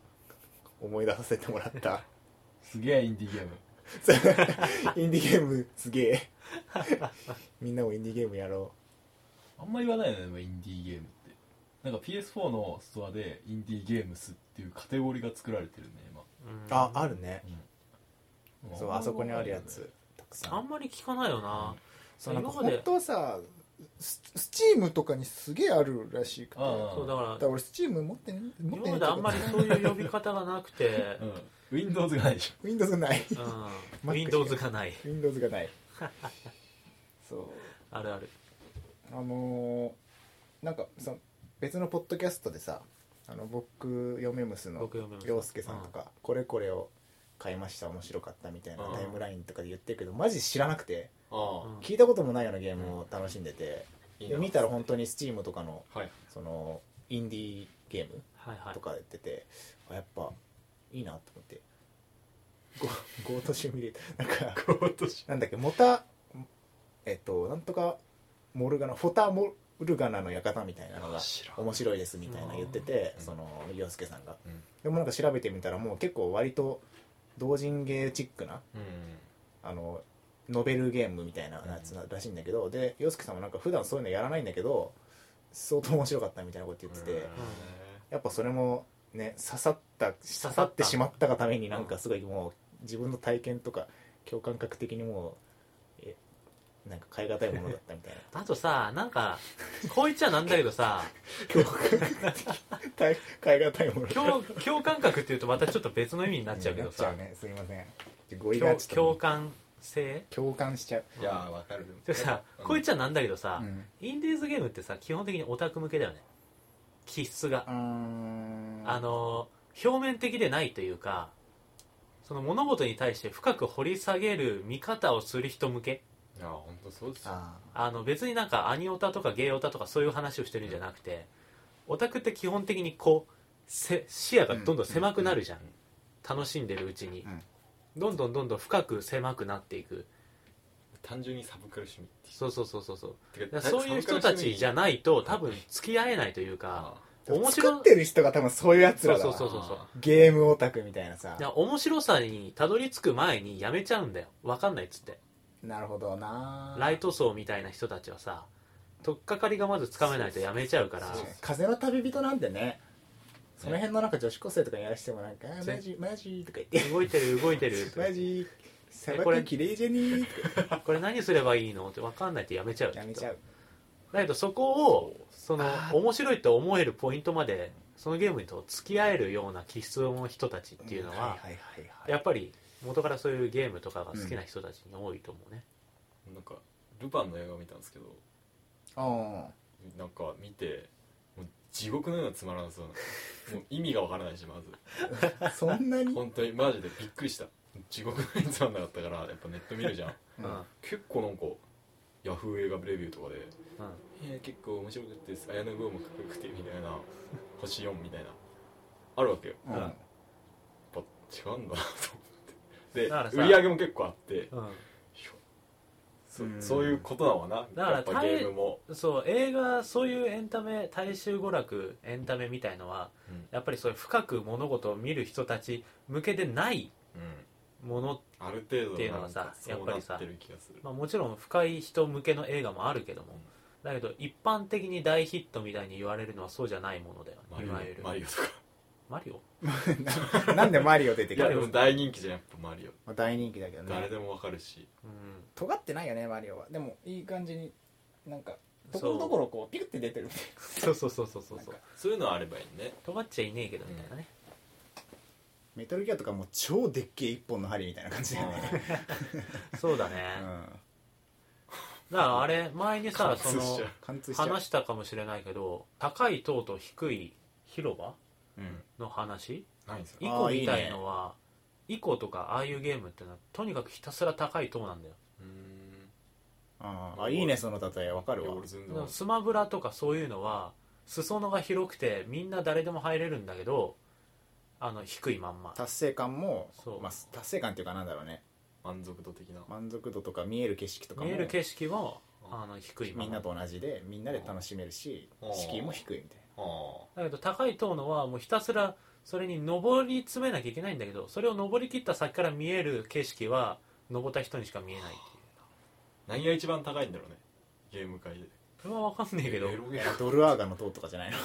Speaker 3: 思い出させてもらった
Speaker 6: すげえインディーゲーム
Speaker 3: インディーゲームすげ えみんなもインディーゲームやろ
Speaker 6: あんま言わないよねでもインディーゲームってなんか PS4 のストアでインディーゲームスっていうカテゴリーが作られてるね
Speaker 1: うん
Speaker 3: うああるね
Speaker 6: 今
Speaker 3: そうあそこにあるやつたくさ
Speaker 1: あ
Speaker 3: ん
Speaker 1: んまり聞かないよな、
Speaker 4: そうなんか
Speaker 1: 今まで
Speaker 4: 本当はさススチームとかにすげえあるらしくて
Speaker 6: あ
Speaker 4: だ
Speaker 6: あ
Speaker 1: そうだから
Speaker 4: から俺スチーム持ってね持ってね
Speaker 1: 今まであんまりそういう呼び方がなく て
Speaker 6: う、ん Windows がないでし
Speaker 3: Windows がない
Speaker 1: う
Speaker 3: マックしか
Speaker 1: ん、Windows がない
Speaker 3: Windows がないそう
Speaker 1: あるある
Speaker 3: あのーなんかその別のポッドキャストでさあの僕嫁むすの
Speaker 1: 僕読めま
Speaker 3: 涼介さんとか、これこれを買いました面白かったみたいな
Speaker 1: うん
Speaker 3: タイムラインとかで言ってるけどマジ知らなくて
Speaker 5: あ
Speaker 1: う
Speaker 5: あ
Speaker 1: ん
Speaker 3: 聞いたこともないようなゲームを楽しんでて、
Speaker 5: いい
Speaker 3: で
Speaker 5: な
Speaker 3: 見たら本当に Steam とかの
Speaker 5: はい
Speaker 3: そのインディーゲーム
Speaker 1: はいはい
Speaker 3: とかやってて、あやっぱいいなと思ってゴゴートシミュレーターなんか
Speaker 5: 今年
Speaker 3: なんだっけモタえっとなんとかモルガナフォタモルガナの館みたいなのが
Speaker 5: 知らん
Speaker 3: 面白いですみたいな言っててその洋介さんが、
Speaker 5: うん
Speaker 3: でもなんか調べてみたらもう結構割と同人芸チックな
Speaker 5: うん
Speaker 3: あのノベルゲームみたいなやつらしいんだけど、で洋介さんもなんか普段そういうのやらないんだけど相当面白かったみたいなこと言ってて、
Speaker 5: うん
Speaker 3: やっぱそれもね刺さった刺さってしまったがためになんかすごいもう自分の体験とか共感覚的にもうえなんか変え難いものだったみ たいな
Speaker 1: あとさなんかこう言っちゃなんだけど さ
Speaker 3: 共感覚的体変え難いものだ
Speaker 1: 共共感覚っていうとまたちょっと別の意味になっちゃうけどさ、
Speaker 3: なっねすいませんご意が
Speaker 1: 共
Speaker 3: ちょ
Speaker 1: 共
Speaker 3: っと
Speaker 1: 感性
Speaker 3: 共感しちゃう、
Speaker 2: いやーわかる
Speaker 1: でもさ、こいつはなんだけどさ、
Speaker 3: うん
Speaker 1: インディーズゲームってさ基本的にオタク向けだよね気質が
Speaker 3: うーん
Speaker 1: あのー表面的でないというかその物事に対して深く掘り下げる見方をする人向け
Speaker 2: いやー本当そうですよ
Speaker 7: あ
Speaker 1: あの別になんかアニオタとかゲイオタとかそういう話をしてるんじゃなくてオタクって基本的にこうせ視野がどんどん狭くなるじゃん楽しんでるうちに
Speaker 3: うん
Speaker 1: どんどんどんどん深く狭くなっていく
Speaker 2: 単純にサブカル趣味
Speaker 1: そうそうそうそうそう
Speaker 2: て
Speaker 1: だからそういう人たちじゃ
Speaker 2: ん
Speaker 1: ないと多分付き合えないというか面白
Speaker 3: 作ってる人が多分そういうやつらだわ
Speaker 1: そうそうそうそう
Speaker 3: ゲームオタクみたいなさ
Speaker 1: いや面白さにたどり着く前にやめちゃうんだよ分かんないっつって
Speaker 3: なるほどな
Speaker 1: ライト層みたいな人たちはさ取っかかりがまずつかめないとやめちゃうから
Speaker 3: 確かに風の旅人なんてねその辺のなんか女子高生とかにやらしてもなんか「あーマジマジ」とか言って
Speaker 1: 動いてる動いてる
Speaker 3: 「マ ジさ
Speaker 1: こ
Speaker 3: ば
Speaker 1: れ
Speaker 3: ききれいじゃねー」とか
Speaker 1: これ何すればいいのって分かんないってやめちゃう
Speaker 3: やめちゃう
Speaker 1: だけどそこをその面白いと思えるポイントまでそのゲームと付き合えるような気質の人たちっていうのは、
Speaker 3: いはいはいはい
Speaker 1: やっぱり元からそういうゲームとかが好きな人たちに多いと思うね、
Speaker 2: なんかルパンの映画見たんですけど
Speaker 3: あ
Speaker 2: なんか見てもう地獄のようなつまらなそうなもう意味がわからないしまず
Speaker 3: あそん なに
Speaker 2: 本当にマジでびっくりした地獄のようにつまんなかったからやっぱネット見るじゃん
Speaker 1: うん
Speaker 2: 結構なんかヤフー映画レビューとかで
Speaker 1: うん
Speaker 2: 「えー、結構面白かったです綾野剛もかっこよくて」みたいな「星4」みたいなあるわけよ
Speaker 3: うん
Speaker 2: やっぱ違うんだなと
Speaker 1: だか
Speaker 2: 思
Speaker 1: ら
Speaker 2: って
Speaker 1: さ
Speaker 2: で売り上げも結構あって
Speaker 1: う
Speaker 2: そ
Speaker 3: うん
Speaker 2: そういうことなのか
Speaker 1: だ
Speaker 2: な
Speaker 1: から
Speaker 2: やっぱゲームも、
Speaker 1: ん、そう映画そういうエンタメ大衆娯楽エンタメみたいのは
Speaker 2: うん
Speaker 1: やっぱりそういう深く物事を見る人たち向けでない
Speaker 2: うん
Speaker 1: もの、
Speaker 2: ある程度
Speaker 1: っていうのがさ
Speaker 2: なんかそうなってる気がする
Speaker 1: まあ、もちろん深い人向けの映画もあるけども、だけど一般的に大ヒットみたいに言われるのはそうじゃないものだよ
Speaker 2: マ
Speaker 1: い
Speaker 2: リ
Speaker 1: わゆる
Speaker 2: オマリオとか
Speaker 1: マリオ
Speaker 3: なんでマリオ出て
Speaker 2: い
Speaker 3: く
Speaker 2: やで
Speaker 3: る
Speaker 2: も大人気じゃんやっぱマリオ
Speaker 3: まあ大人気だけど
Speaker 2: 誰
Speaker 3: ね
Speaker 2: でもわかるし
Speaker 1: うん
Speaker 3: 尖ってないよねマリオはでもいい感じになんか
Speaker 1: そ
Speaker 3: と
Speaker 1: う
Speaker 3: ころどころこうピクって出てる
Speaker 1: そうそうそうそうそうそう
Speaker 2: そういうのはあればいいね
Speaker 1: 尖っちゃいねえけどみたいなね、
Speaker 3: メタルギアとかもう超でっけえ一本の針みたいな感じだよね
Speaker 1: そうだね、
Speaker 3: うん
Speaker 1: だからあれ前に さそ
Speaker 2: 通し
Speaker 1: の
Speaker 2: ちゃう
Speaker 3: 貫通しちゃう
Speaker 1: 話したかもしれないけど高い塔と低い広場
Speaker 2: うん
Speaker 1: の話
Speaker 2: ないんですよ
Speaker 1: イコみたいのはイコとかああいうゲームってのはとにかくひたすら高い塔なんだよ
Speaker 2: うーん
Speaker 3: あーあいいねその例えわか
Speaker 2: い
Speaker 3: る
Speaker 2: や
Speaker 3: わ
Speaker 2: 俺全
Speaker 1: だ
Speaker 2: 然
Speaker 1: か
Speaker 2: わ
Speaker 1: らスマブラとかそういうのは裾野が広くてみんな誰でも入れるんだけどあの低いまんま
Speaker 3: 達成感も
Speaker 1: そう
Speaker 3: まあ、達成感っていうかなんだろうね
Speaker 2: かんない満足度的な
Speaker 3: 満足度とか見える景色とかも
Speaker 1: 見える景色も
Speaker 2: うん
Speaker 1: あの低いま
Speaker 3: み
Speaker 1: ん
Speaker 3: ん
Speaker 1: ま
Speaker 3: なと同じでみんなで楽しめるし
Speaker 2: うん
Speaker 3: 敷居も低いみたい
Speaker 2: ああ
Speaker 1: だけど高い塔のはもうひたすらそれに登り詰めなきゃいけないんだけどそれを登り切った先から見える景色は登った人にしか見えないっていう
Speaker 2: 何が一番高いんだろうねゲーム界で
Speaker 1: それは分かんねえけど
Speaker 2: エロゲー
Speaker 3: なドルアーガの塔とかじゃないの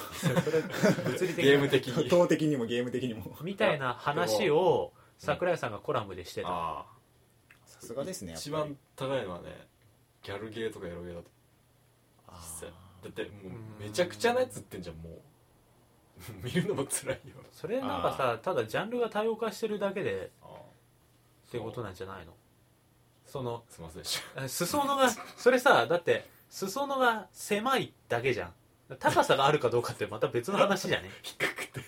Speaker 1: 物理的
Speaker 2: ゲーム
Speaker 1: な
Speaker 2: 的に
Speaker 3: 塔的にもゲーム的にも
Speaker 1: みたいな話を桜井さんがコラムでしてた
Speaker 2: あ
Speaker 3: さすがです
Speaker 2: あ
Speaker 3: ねやっぱ
Speaker 2: 一
Speaker 3: り
Speaker 2: 番高いのはねギャルゲーとかエロゲーだと実際だってもうめちゃくちゃなやつ売ってんじゃんもう 見るのも辛いよ
Speaker 1: それなんかさただジャンルが多様化してるだけで
Speaker 2: ああ
Speaker 1: ってことなんじゃないのその
Speaker 2: すいませんでし
Speaker 1: え裾野がそれさだって裾野が狭いだけじゃん高さがあるかどうかってまた別の話じゃね低くて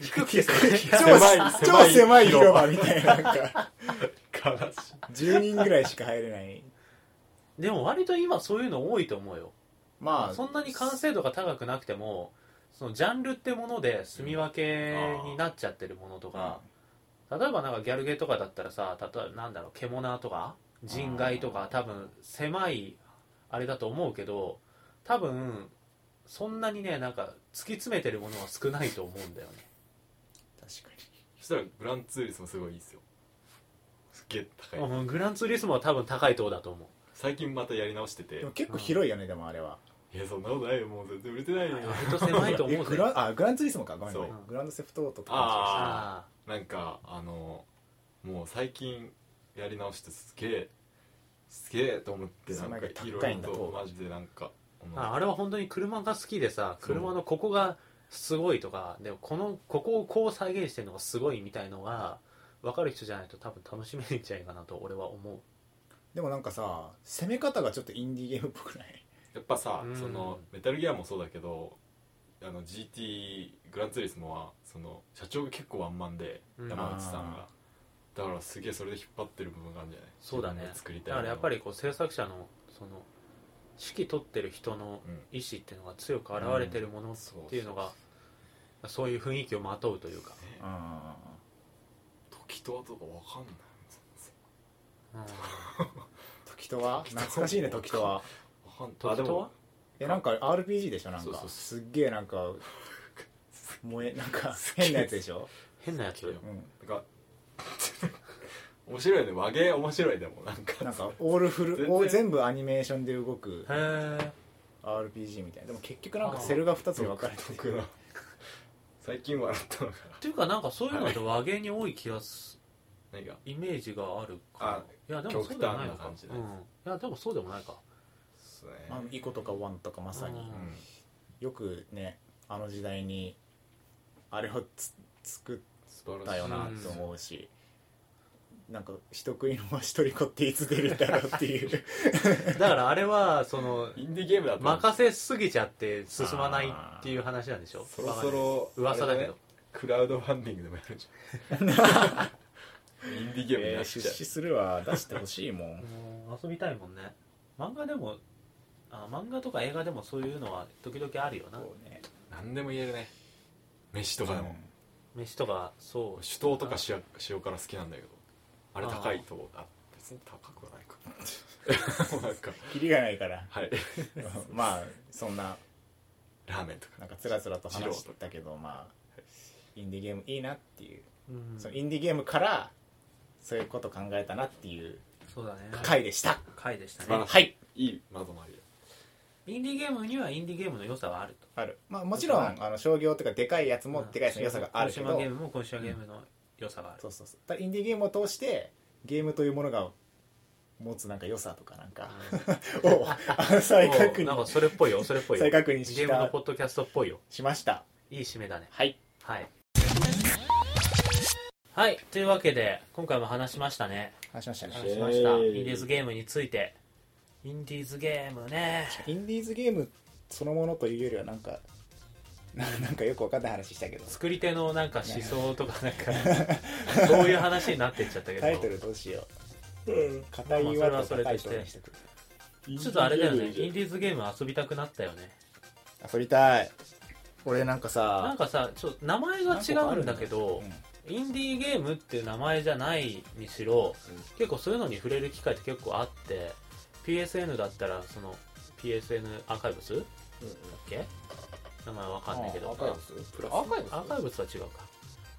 Speaker 1: 低くてさ
Speaker 2: 狭
Speaker 3: 超
Speaker 2: い
Speaker 3: 超狭い
Speaker 2: 広
Speaker 3: 広
Speaker 2: 場
Speaker 3: 場みたいななんか
Speaker 2: た悲しい
Speaker 3: 10人ぐらいしか入れない
Speaker 1: でも割と今そういうの多いと思うよ、
Speaker 3: まあ
Speaker 1: そんなに完成度が高くなくてもそのジャンルってもので住み分けになっちゃってるものとか、例えばなんかギャルゲーとかだったらさ例えばなんだろう獣とか人外とか多分狭いあれだと思うけど多分そんなにねなんか突き詰めてるものは少ないと思うんだよね
Speaker 3: 確かに
Speaker 2: そしたらグランツーリスもすごいいいっすよすっげえ高い
Speaker 1: うんグランツーリスモは多分高い塔だと思う
Speaker 2: 最近またやり直してて
Speaker 3: でも結構広いよねでもあれは
Speaker 2: えそんなことないよもう全然売れてないよ
Speaker 1: 割と狭いと
Speaker 3: え
Speaker 1: 思う
Speaker 3: グ
Speaker 1: ぜ
Speaker 3: ランあグランツーリスモかごめんごめん
Speaker 2: そう
Speaker 3: グランドセフトオートと
Speaker 2: あ
Speaker 3: か
Speaker 1: あ
Speaker 2: なんかあのもう最近やり直してすげえすげえと思ってなんか
Speaker 3: そんなに
Speaker 2: いろ
Speaker 3: 高
Speaker 2: い
Speaker 3: い
Speaker 2: ろ
Speaker 3: んだ
Speaker 2: と
Speaker 3: と
Speaker 2: マジでなんか
Speaker 1: あああれは本当に車が好きでさ車のここがすごいとかでもこのここをこう再現してるのがすごいみたいのが分かる人じゃないと多分楽しめないんじゃないかなと俺は思う
Speaker 3: でもなんかさ攻め方がちょっとインディーゲームっぽくない
Speaker 5: やっぱさ、
Speaker 1: うん
Speaker 5: そのメタルギアもそうだけどあの GT グランツーリスモはその社長が結構ワンマンで、
Speaker 1: うん
Speaker 5: 山内さんがだからすげえそれで引っ張ってる部分があるんじゃない
Speaker 1: そうだ
Speaker 5: 自分
Speaker 1: ね
Speaker 5: が作りたい
Speaker 1: だ
Speaker 5: も
Speaker 1: か
Speaker 5: の
Speaker 1: らやっぱりこう制作者のその指揮取ってる人の
Speaker 5: うん
Speaker 1: 意思っていうのが強く現れてるものっていうのが、そういう雰囲気をまとうというか、
Speaker 3: あ
Speaker 5: 時と後が分かんない
Speaker 1: うん、
Speaker 3: 時とは懐かしいね時とは
Speaker 5: わかんない
Speaker 1: 時
Speaker 5: あで
Speaker 1: とは
Speaker 5: も
Speaker 3: えなんか RPG でしょなんか
Speaker 5: そうそうそう
Speaker 3: すっげえな んか萌えなんか変なやつでしょ、
Speaker 1: 変なやつだよ
Speaker 3: う
Speaker 5: なんか 面白いね和芸面白いでもなんか
Speaker 3: ん、なんかオールフル
Speaker 5: 全然
Speaker 3: オール全部アニメーションで動く
Speaker 1: へえ
Speaker 3: RPG みたいなでも結局なんかセルが2つに分かれてて
Speaker 5: 独特な最近笑ったのが
Speaker 1: っていうかなんかそういうのって和芸に多い気がす
Speaker 5: 何か
Speaker 1: イメージがあるかいやでもそうでもないの
Speaker 5: 極端な
Speaker 1: か
Speaker 5: 感じね
Speaker 1: うん、いやでもそうでもないか
Speaker 5: そう
Speaker 3: まあ
Speaker 5: ね、
Speaker 3: イコとかワンとかまさに
Speaker 1: うん
Speaker 5: うん
Speaker 3: よくねあの時代にあれをつ作っ
Speaker 5: 素晴ら
Speaker 3: だ
Speaker 5: しい
Speaker 3: よな
Speaker 1: うん
Speaker 3: と思うし、なんか「人食いの足取り子っていつ出るんだろう」っ ていう
Speaker 1: だからあれはその
Speaker 5: インディーゲームだと
Speaker 1: 任せすぎちゃって進まないっていう話なんでしょ
Speaker 5: そろそろ
Speaker 1: 噂だけど、
Speaker 5: クラウドファンディングでもやるんじゃんインディーゲームに
Speaker 3: え
Speaker 5: な
Speaker 3: ー
Speaker 5: っち
Speaker 3: 出
Speaker 5: ゃう、
Speaker 3: 資するわ出してほしいもん
Speaker 1: うん遊びたいもんね漫画でもあ漫画とか映画でもそういうのは時々あるよな
Speaker 3: そうね
Speaker 5: 何でも言えるね飯とかでも、
Speaker 1: 飯とかそう
Speaker 5: 酒盗とか塩塩辛好きなんだけどあれ高いとあ別に高くはないかなんか
Speaker 3: キリがないから
Speaker 5: はい
Speaker 3: まあそんな
Speaker 5: ラーメンとか
Speaker 3: なんかつらつらと話してたけどまあインディーゲームいいなっていう、
Speaker 1: うん
Speaker 3: そのインディーゲームからそういうこと考えたなっていう
Speaker 1: そうだね
Speaker 3: 回でした、
Speaker 1: 回でした
Speaker 5: 素晴
Speaker 1: ね
Speaker 5: らし
Speaker 3: はい
Speaker 5: いい窓のありだ
Speaker 1: インディーゲームにはインディーゲームの良さはあると
Speaker 3: あるまあもちろんあの商業とかでかいやつもでかい良さがあるけ
Speaker 1: 広島
Speaker 3: ど
Speaker 1: ゲームも今週ゲームの良さがある
Speaker 3: そうそうそうだからインディーゲームを通してゲームというものが持つなんか良さとかなんかをあの再確
Speaker 1: おなん
Speaker 3: 認
Speaker 1: かそれっぽいよそれっぽいよ
Speaker 3: 再確認した
Speaker 1: ゲームのポッドキャストっぽいよ
Speaker 3: しました
Speaker 1: いい締めだね
Speaker 3: はい
Speaker 1: はいはいというわけで今回も話しましたね
Speaker 3: 話しましたね
Speaker 1: 話しました
Speaker 2: イエーイ
Speaker 1: インディーズゲームについてインディーズゲームね
Speaker 3: インディーズゲームそのものというよりはなんか ななんかよくわかんない話したけど
Speaker 1: 作り手のなんか思想とかなんかそういう話になってっちゃったけど
Speaker 3: タイトルどうしよう硬い
Speaker 1: まあ
Speaker 3: 岩と
Speaker 1: それ
Speaker 3: か
Speaker 1: はそれ
Speaker 3: タ
Speaker 1: と
Speaker 3: イ
Speaker 1: して
Speaker 3: トルにし
Speaker 1: ち
Speaker 3: とく
Speaker 1: ょっとあれだよね
Speaker 2: インディ
Speaker 1: イ
Speaker 2: ーゲームでい
Speaker 1: ンディーズゲーム遊びたくなったよね
Speaker 3: 遊びたい俺なんか
Speaker 1: なん
Speaker 3: さ
Speaker 1: かさちょっと名前が違うんだけどインディーゲームっていう名前じゃないにしろ、結構そういうのに触れる機会って結構あって PSN だったらその PSN アーカイブスだっけ名前わかんないけど
Speaker 3: あ
Speaker 1: アーカイ
Speaker 3: アーカイ
Speaker 1: ブ
Speaker 3: ブ
Speaker 1: ス
Speaker 3: ス
Speaker 5: プラスアーカイブ
Speaker 1: アーカイブスは違うか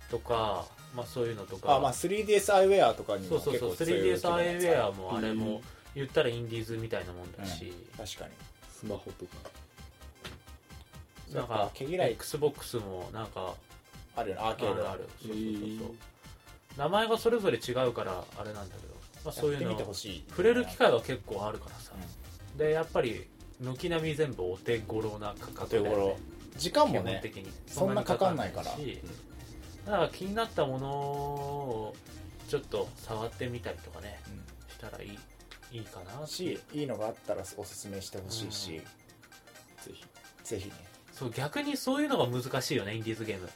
Speaker 1: とかまあそういうのとか
Speaker 3: あまあ 3DS アイウェアとかに
Speaker 1: そ
Speaker 3: も
Speaker 1: うそう
Speaker 3: 結
Speaker 1: そう
Speaker 3: 構強い
Speaker 1: 3DS アイウェアもあれ
Speaker 2: う
Speaker 1: も
Speaker 2: ん
Speaker 1: 言ったらインディーズみたいなもんだし、
Speaker 3: 確かに
Speaker 2: スマホとか
Speaker 1: なんか
Speaker 3: 毛嫌い
Speaker 1: XBOX もなんか
Speaker 3: あるよねアー
Speaker 1: あ
Speaker 3: ケード
Speaker 1: る
Speaker 3: は
Speaker 1: ある
Speaker 2: え
Speaker 1: そうそうそうそう
Speaker 2: ー
Speaker 1: 名前がそれぞれ違うからあれなんだけど、まあ、そういう
Speaker 3: や
Speaker 1: の
Speaker 3: ってみてほしい
Speaker 1: 触れる機会は結構あるからさ、でやっぱり軒並み全部お手頃な価格だよね
Speaker 3: お手頃時間
Speaker 1: 基
Speaker 3: も
Speaker 1: 本
Speaker 3: ね
Speaker 1: 的に
Speaker 3: そんなかかんないから
Speaker 1: そんなにかかんないしだから気になったものをちょっと触ってみたりとかねしたらいいいいかなっていう
Speaker 3: しいいのがあったらおすすめしてほしいし、
Speaker 1: うん
Speaker 5: ぜひ
Speaker 3: ぜひね
Speaker 1: そう逆にそういうのが難しいよねインディーズゲーム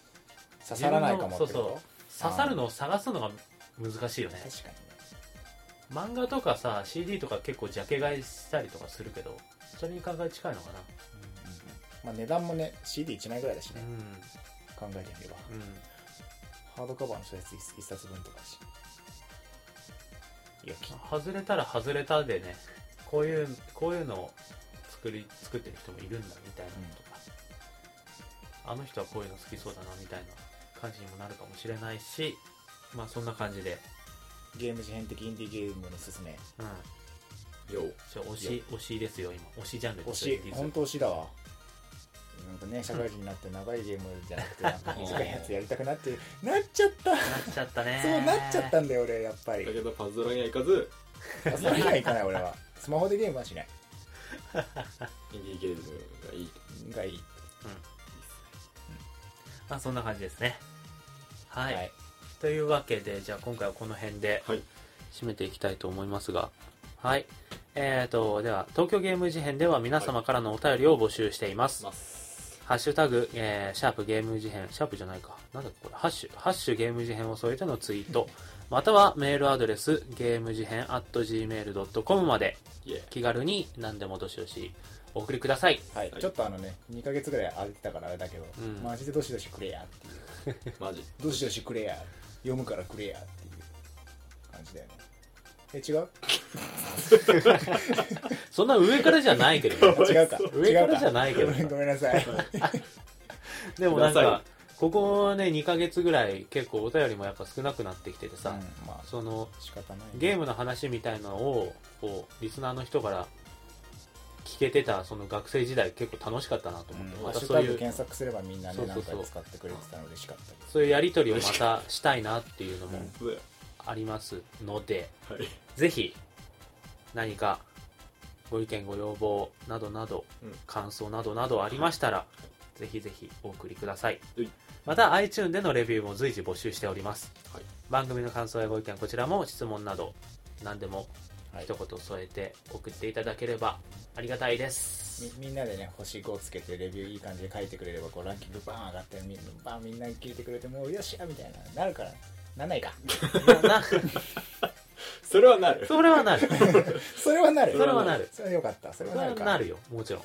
Speaker 3: 刺さらないかもってこと
Speaker 1: 自分のそう刺さるのを探すのが難しいよね
Speaker 3: 確かにね
Speaker 1: 漫画とかさ CD とか結構ジャケ買いしたりとかするけどそれに考え近いのかな
Speaker 3: まあ値段もね CD1 枚ぐらいだし
Speaker 1: う
Speaker 3: ね、
Speaker 1: ん
Speaker 3: 考えてみれば
Speaker 1: うん
Speaker 3: ハードカバーの小説 1, 冊分とかだしいやき
Speaker 1: 外れたら外れたでねこういうこういうのを作り作ってる人もいるんだみたいなのとか、あの人はこういうの好きそうだなみたいな感じにもなるかもしれないしまあそんな感じで、
Speaker 3: ゲーム事変的インディーゲームのすすめ
Speaker 1: うん、
Speaker 5: よう
Speaker 1: ちょ推し推しですよ今推しジャンル
Speaker 3: 推
Speaker 1: ですよ
Speaker 3: し本当推しだわなんかね社会人になって長いゲームじゃなくてなんか短いやつやりたくなってなっちゃった
Speaker 1: なっちゃったね
Speaker 3: そうなっちゃったんだよ俺やっぱり
Speaker 5: だけどパズドラには行かず
Speaker 3: あそれ以外行かない俺はスマホでゲームはしない
Speaker 5: インディーゲームがいい
Speaker 3: がいい
Speaker 1: まあそんな感じですね
Speaker 3: は
Speaker 1: はい、というわけでじゃあ今回はこの辺で
Speaker 5: はい
Speaker 1: 締めていきたいと思いますが、はいはい。えーと、では、東京ゲーム事変では皆様からのお便りを募集しています。ハッシュタグ、えーシャープゲーム事変、シャープじゃないか。なんだっけこれ、ハッシュ、ハッシュゲーム事変を添えてのツイー ト、またはメールアドレス、ゲーム事変 at gmail.com まで
Speaker 2: イエーイ
Speaker 1: 気軽に何でもどしどしお送りください。
Speaker 3: はい、ちょっとあのね2ヶ月ぐらい荒れてたからあれだけど、
Speaker 1: うん
Speaker 3: マジでどしどしくれやっていう
Speaker 2: マジ
Speaker 3: どしどしくれや読むからくれやっていう感じだよねえ違う
Speaker 1: そんな上からじゃないけどね、
Speaker 3: 違うか
Speaker 1: 上からじゃないけ
Speaker 3: 違う
Speaker 1: ど
Speaker 3: かごめんごめんなさい
Speaker 1: でもなん
Speaker 5: くださ
Speaker 1: か、ここね、2ヶ月ぐらい結構お便りもやっぱ少なくなってきててさ、
Speaker 3: うんまあ
Speaker 1: その、
Speaker 3: 仕方ないね
Speaker 1: ゲームの話みたいなのを、こう、リスナーの人から聞けてた、その学生時代結構楽しかったなと思って、
Speaker 3: うん、ハ
Speaker 1: ま
Speaker 3: ッ
Speaker 1: た
Speaker 3: シュ
Speaker 1: そう
Speaker 3: タ
Speaker 1: い
Speaker 3: グ
Speaker 1: う、
Speaker 3: 検索すればみんな
Speaker 1: そ
Speaker 3: ね
Speaker 1: うそう
Speaker 3: 何
Speaker 1: そう
Speaker 3: 回使ってくれてたの嬉しかったです
Speaker 1: そういうやりとりをまたしたいなっていうのも
Speaker 5: そうだよ
Speaker 1: ありますので、
Speaker 5: はい
Speaker 1: ぜひ、何か、ご意見、ご要望などなど、
Speaker 5: うん
Speaker 1: 感想などなどありましたら、ぜひぜひお送りください
Speaker 5: はい。
Speaker 1: また、iTune でのレビューも随時募集しております。
Speaker 5: はい
Speaker 1: 番組の感想やご意見、こちらも質問など、何でも
Speaker 3: はい
Speaker 1: 一言添えて送っていただければありがたいです。
Speaker 3: みみんなでね星5つけてレビューいい感じで書いてくれればこうランキングバーン上がってみんなバーンみんな聞いてくれてもうよっしゃみたいななるからな んないか
Speaker 1: な
Speaker 2: それはなる
Speaker 1: それはな る。
Speaker 3: それはなる
Speaker 1: それはなる
Speaker 3: それはよかったそ
Speaker 1: そ
Speaker 3: れ
Speaker 1: れ
Speaker 3: はな
Speaker 1: は
Speaker 3: るか
Speaker 1: なるよ、もちろ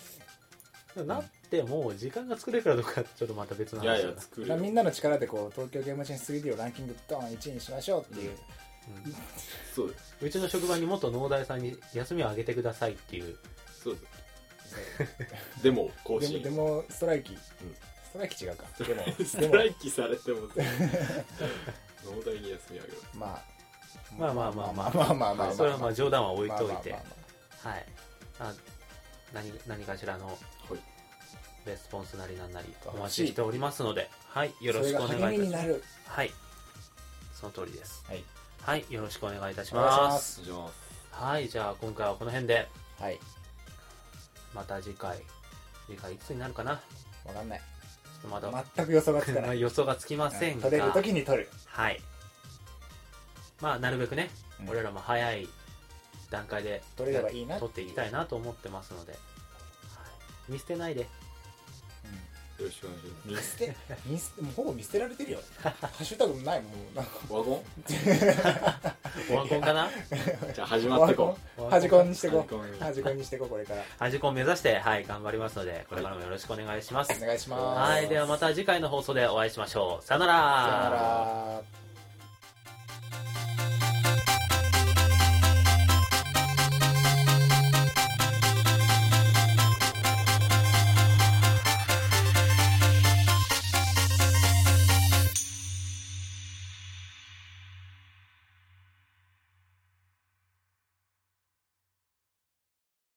Speaker 1: ん。なっても、時間が作れるかどうか、ちょっとまた別の
Speaker 2: い
Speaker 1: 話だ
Speaker 2: や
Speaker 1: ない
Speaker 2: や作る
Speaker 3: だから
Speaker 2: よ
Speaker 3: みんなの力でこう東京ゲームシーン 3D をランキングドーン1位にしましょうっていう、
Speaker 1: うん
Speaker 2: そうだよ
Speaker 1: うちの職場に元農大さんに休みをあげてくださいっていう
Speaker 2: そうだよ でも更
Speaker 3: でも
Speaker 2: 新
Speaker 3: でもストライキ、
Speaker 2: ん
Speaker 3: ストライキ違うかでも
Speaker 2: ス
Speaker 3: で
Speaker 2: トラ
Speaker 3: も
Speaker 2: イキされても 農大に休みあげろ
Speaker 3: まあ
Speaker 1: まあまあまあまあ
Speaker 3: まあまあまあまあ
Speaker 1: それはまあ冗談は置いといて、
Speaker 3: まあまあまあま
Speaker 1: はいあ何何かしらの
Speaker 2: はい
Speaker 1: レスポンスなりなんなりお待ちしておりますので、はい、
Speaker 3: あ
Speaker 1: よろしくお
Speaker 3: それが
Speaker 1: 願い
Speaker 3: 励
Speaker 1: い
Speaker 3: み
Speaker 1: た
Speaker 3: に
Speaker 1: しま
Speaker 3: な
Speaker 1: す
Speaker 3: る
Speaker 1: はいその通りです
Speaker 3: はい
Speaker 1: はいよろしくお願いいたし
Speaker 3: お願いし
Speaker 1: ま
Speaker 3: ますす
Speaker 2: じゃあ
Speaker 1: はいじゃあ今回はこの辺で
Speaker 3: はい
Speaker 1: また次回次回いつになるかなち
Speaker 3: わかんない
Speaker 1: ょっとまだ、
Speaker 3: 全く予想がつかな い
Speaker 1: 予想がつきませんが
Speaker 3: 取れる時に取る
Speaker 1: はいまあなるべくね、
Speaker 3: うん
Speaker 1: 俺らも早い段階で
Speaker 3: 取れればいいな
Speaker 1: 取っていきたいなと思ってますので、はい見捨て ないで
Speaker 2: よろしくお願いしま
Speaker 3: 見捨て見捨てもうほぼ見捨てられてるよハッシュタグもないもんなんか
Speaker 2: すワゴ
Speaker 1: オワコンかな
Speaker 2: ンじゃあ始まってこ
Speaker 1: オワコン
Speaker 3: ハジコンにしてこ
Speaker 2: ハジコンに
Speaker 3: ハジコンにしてここれから
Speaker 1: 味コン目指して、はい、頑張りますのでこれからもよろしくお願いします、
Speaker 3: お願いします
Speaker 1: はい、ではまた次回の放送でお会いしましょうさよなら
Speaker 3: さよなら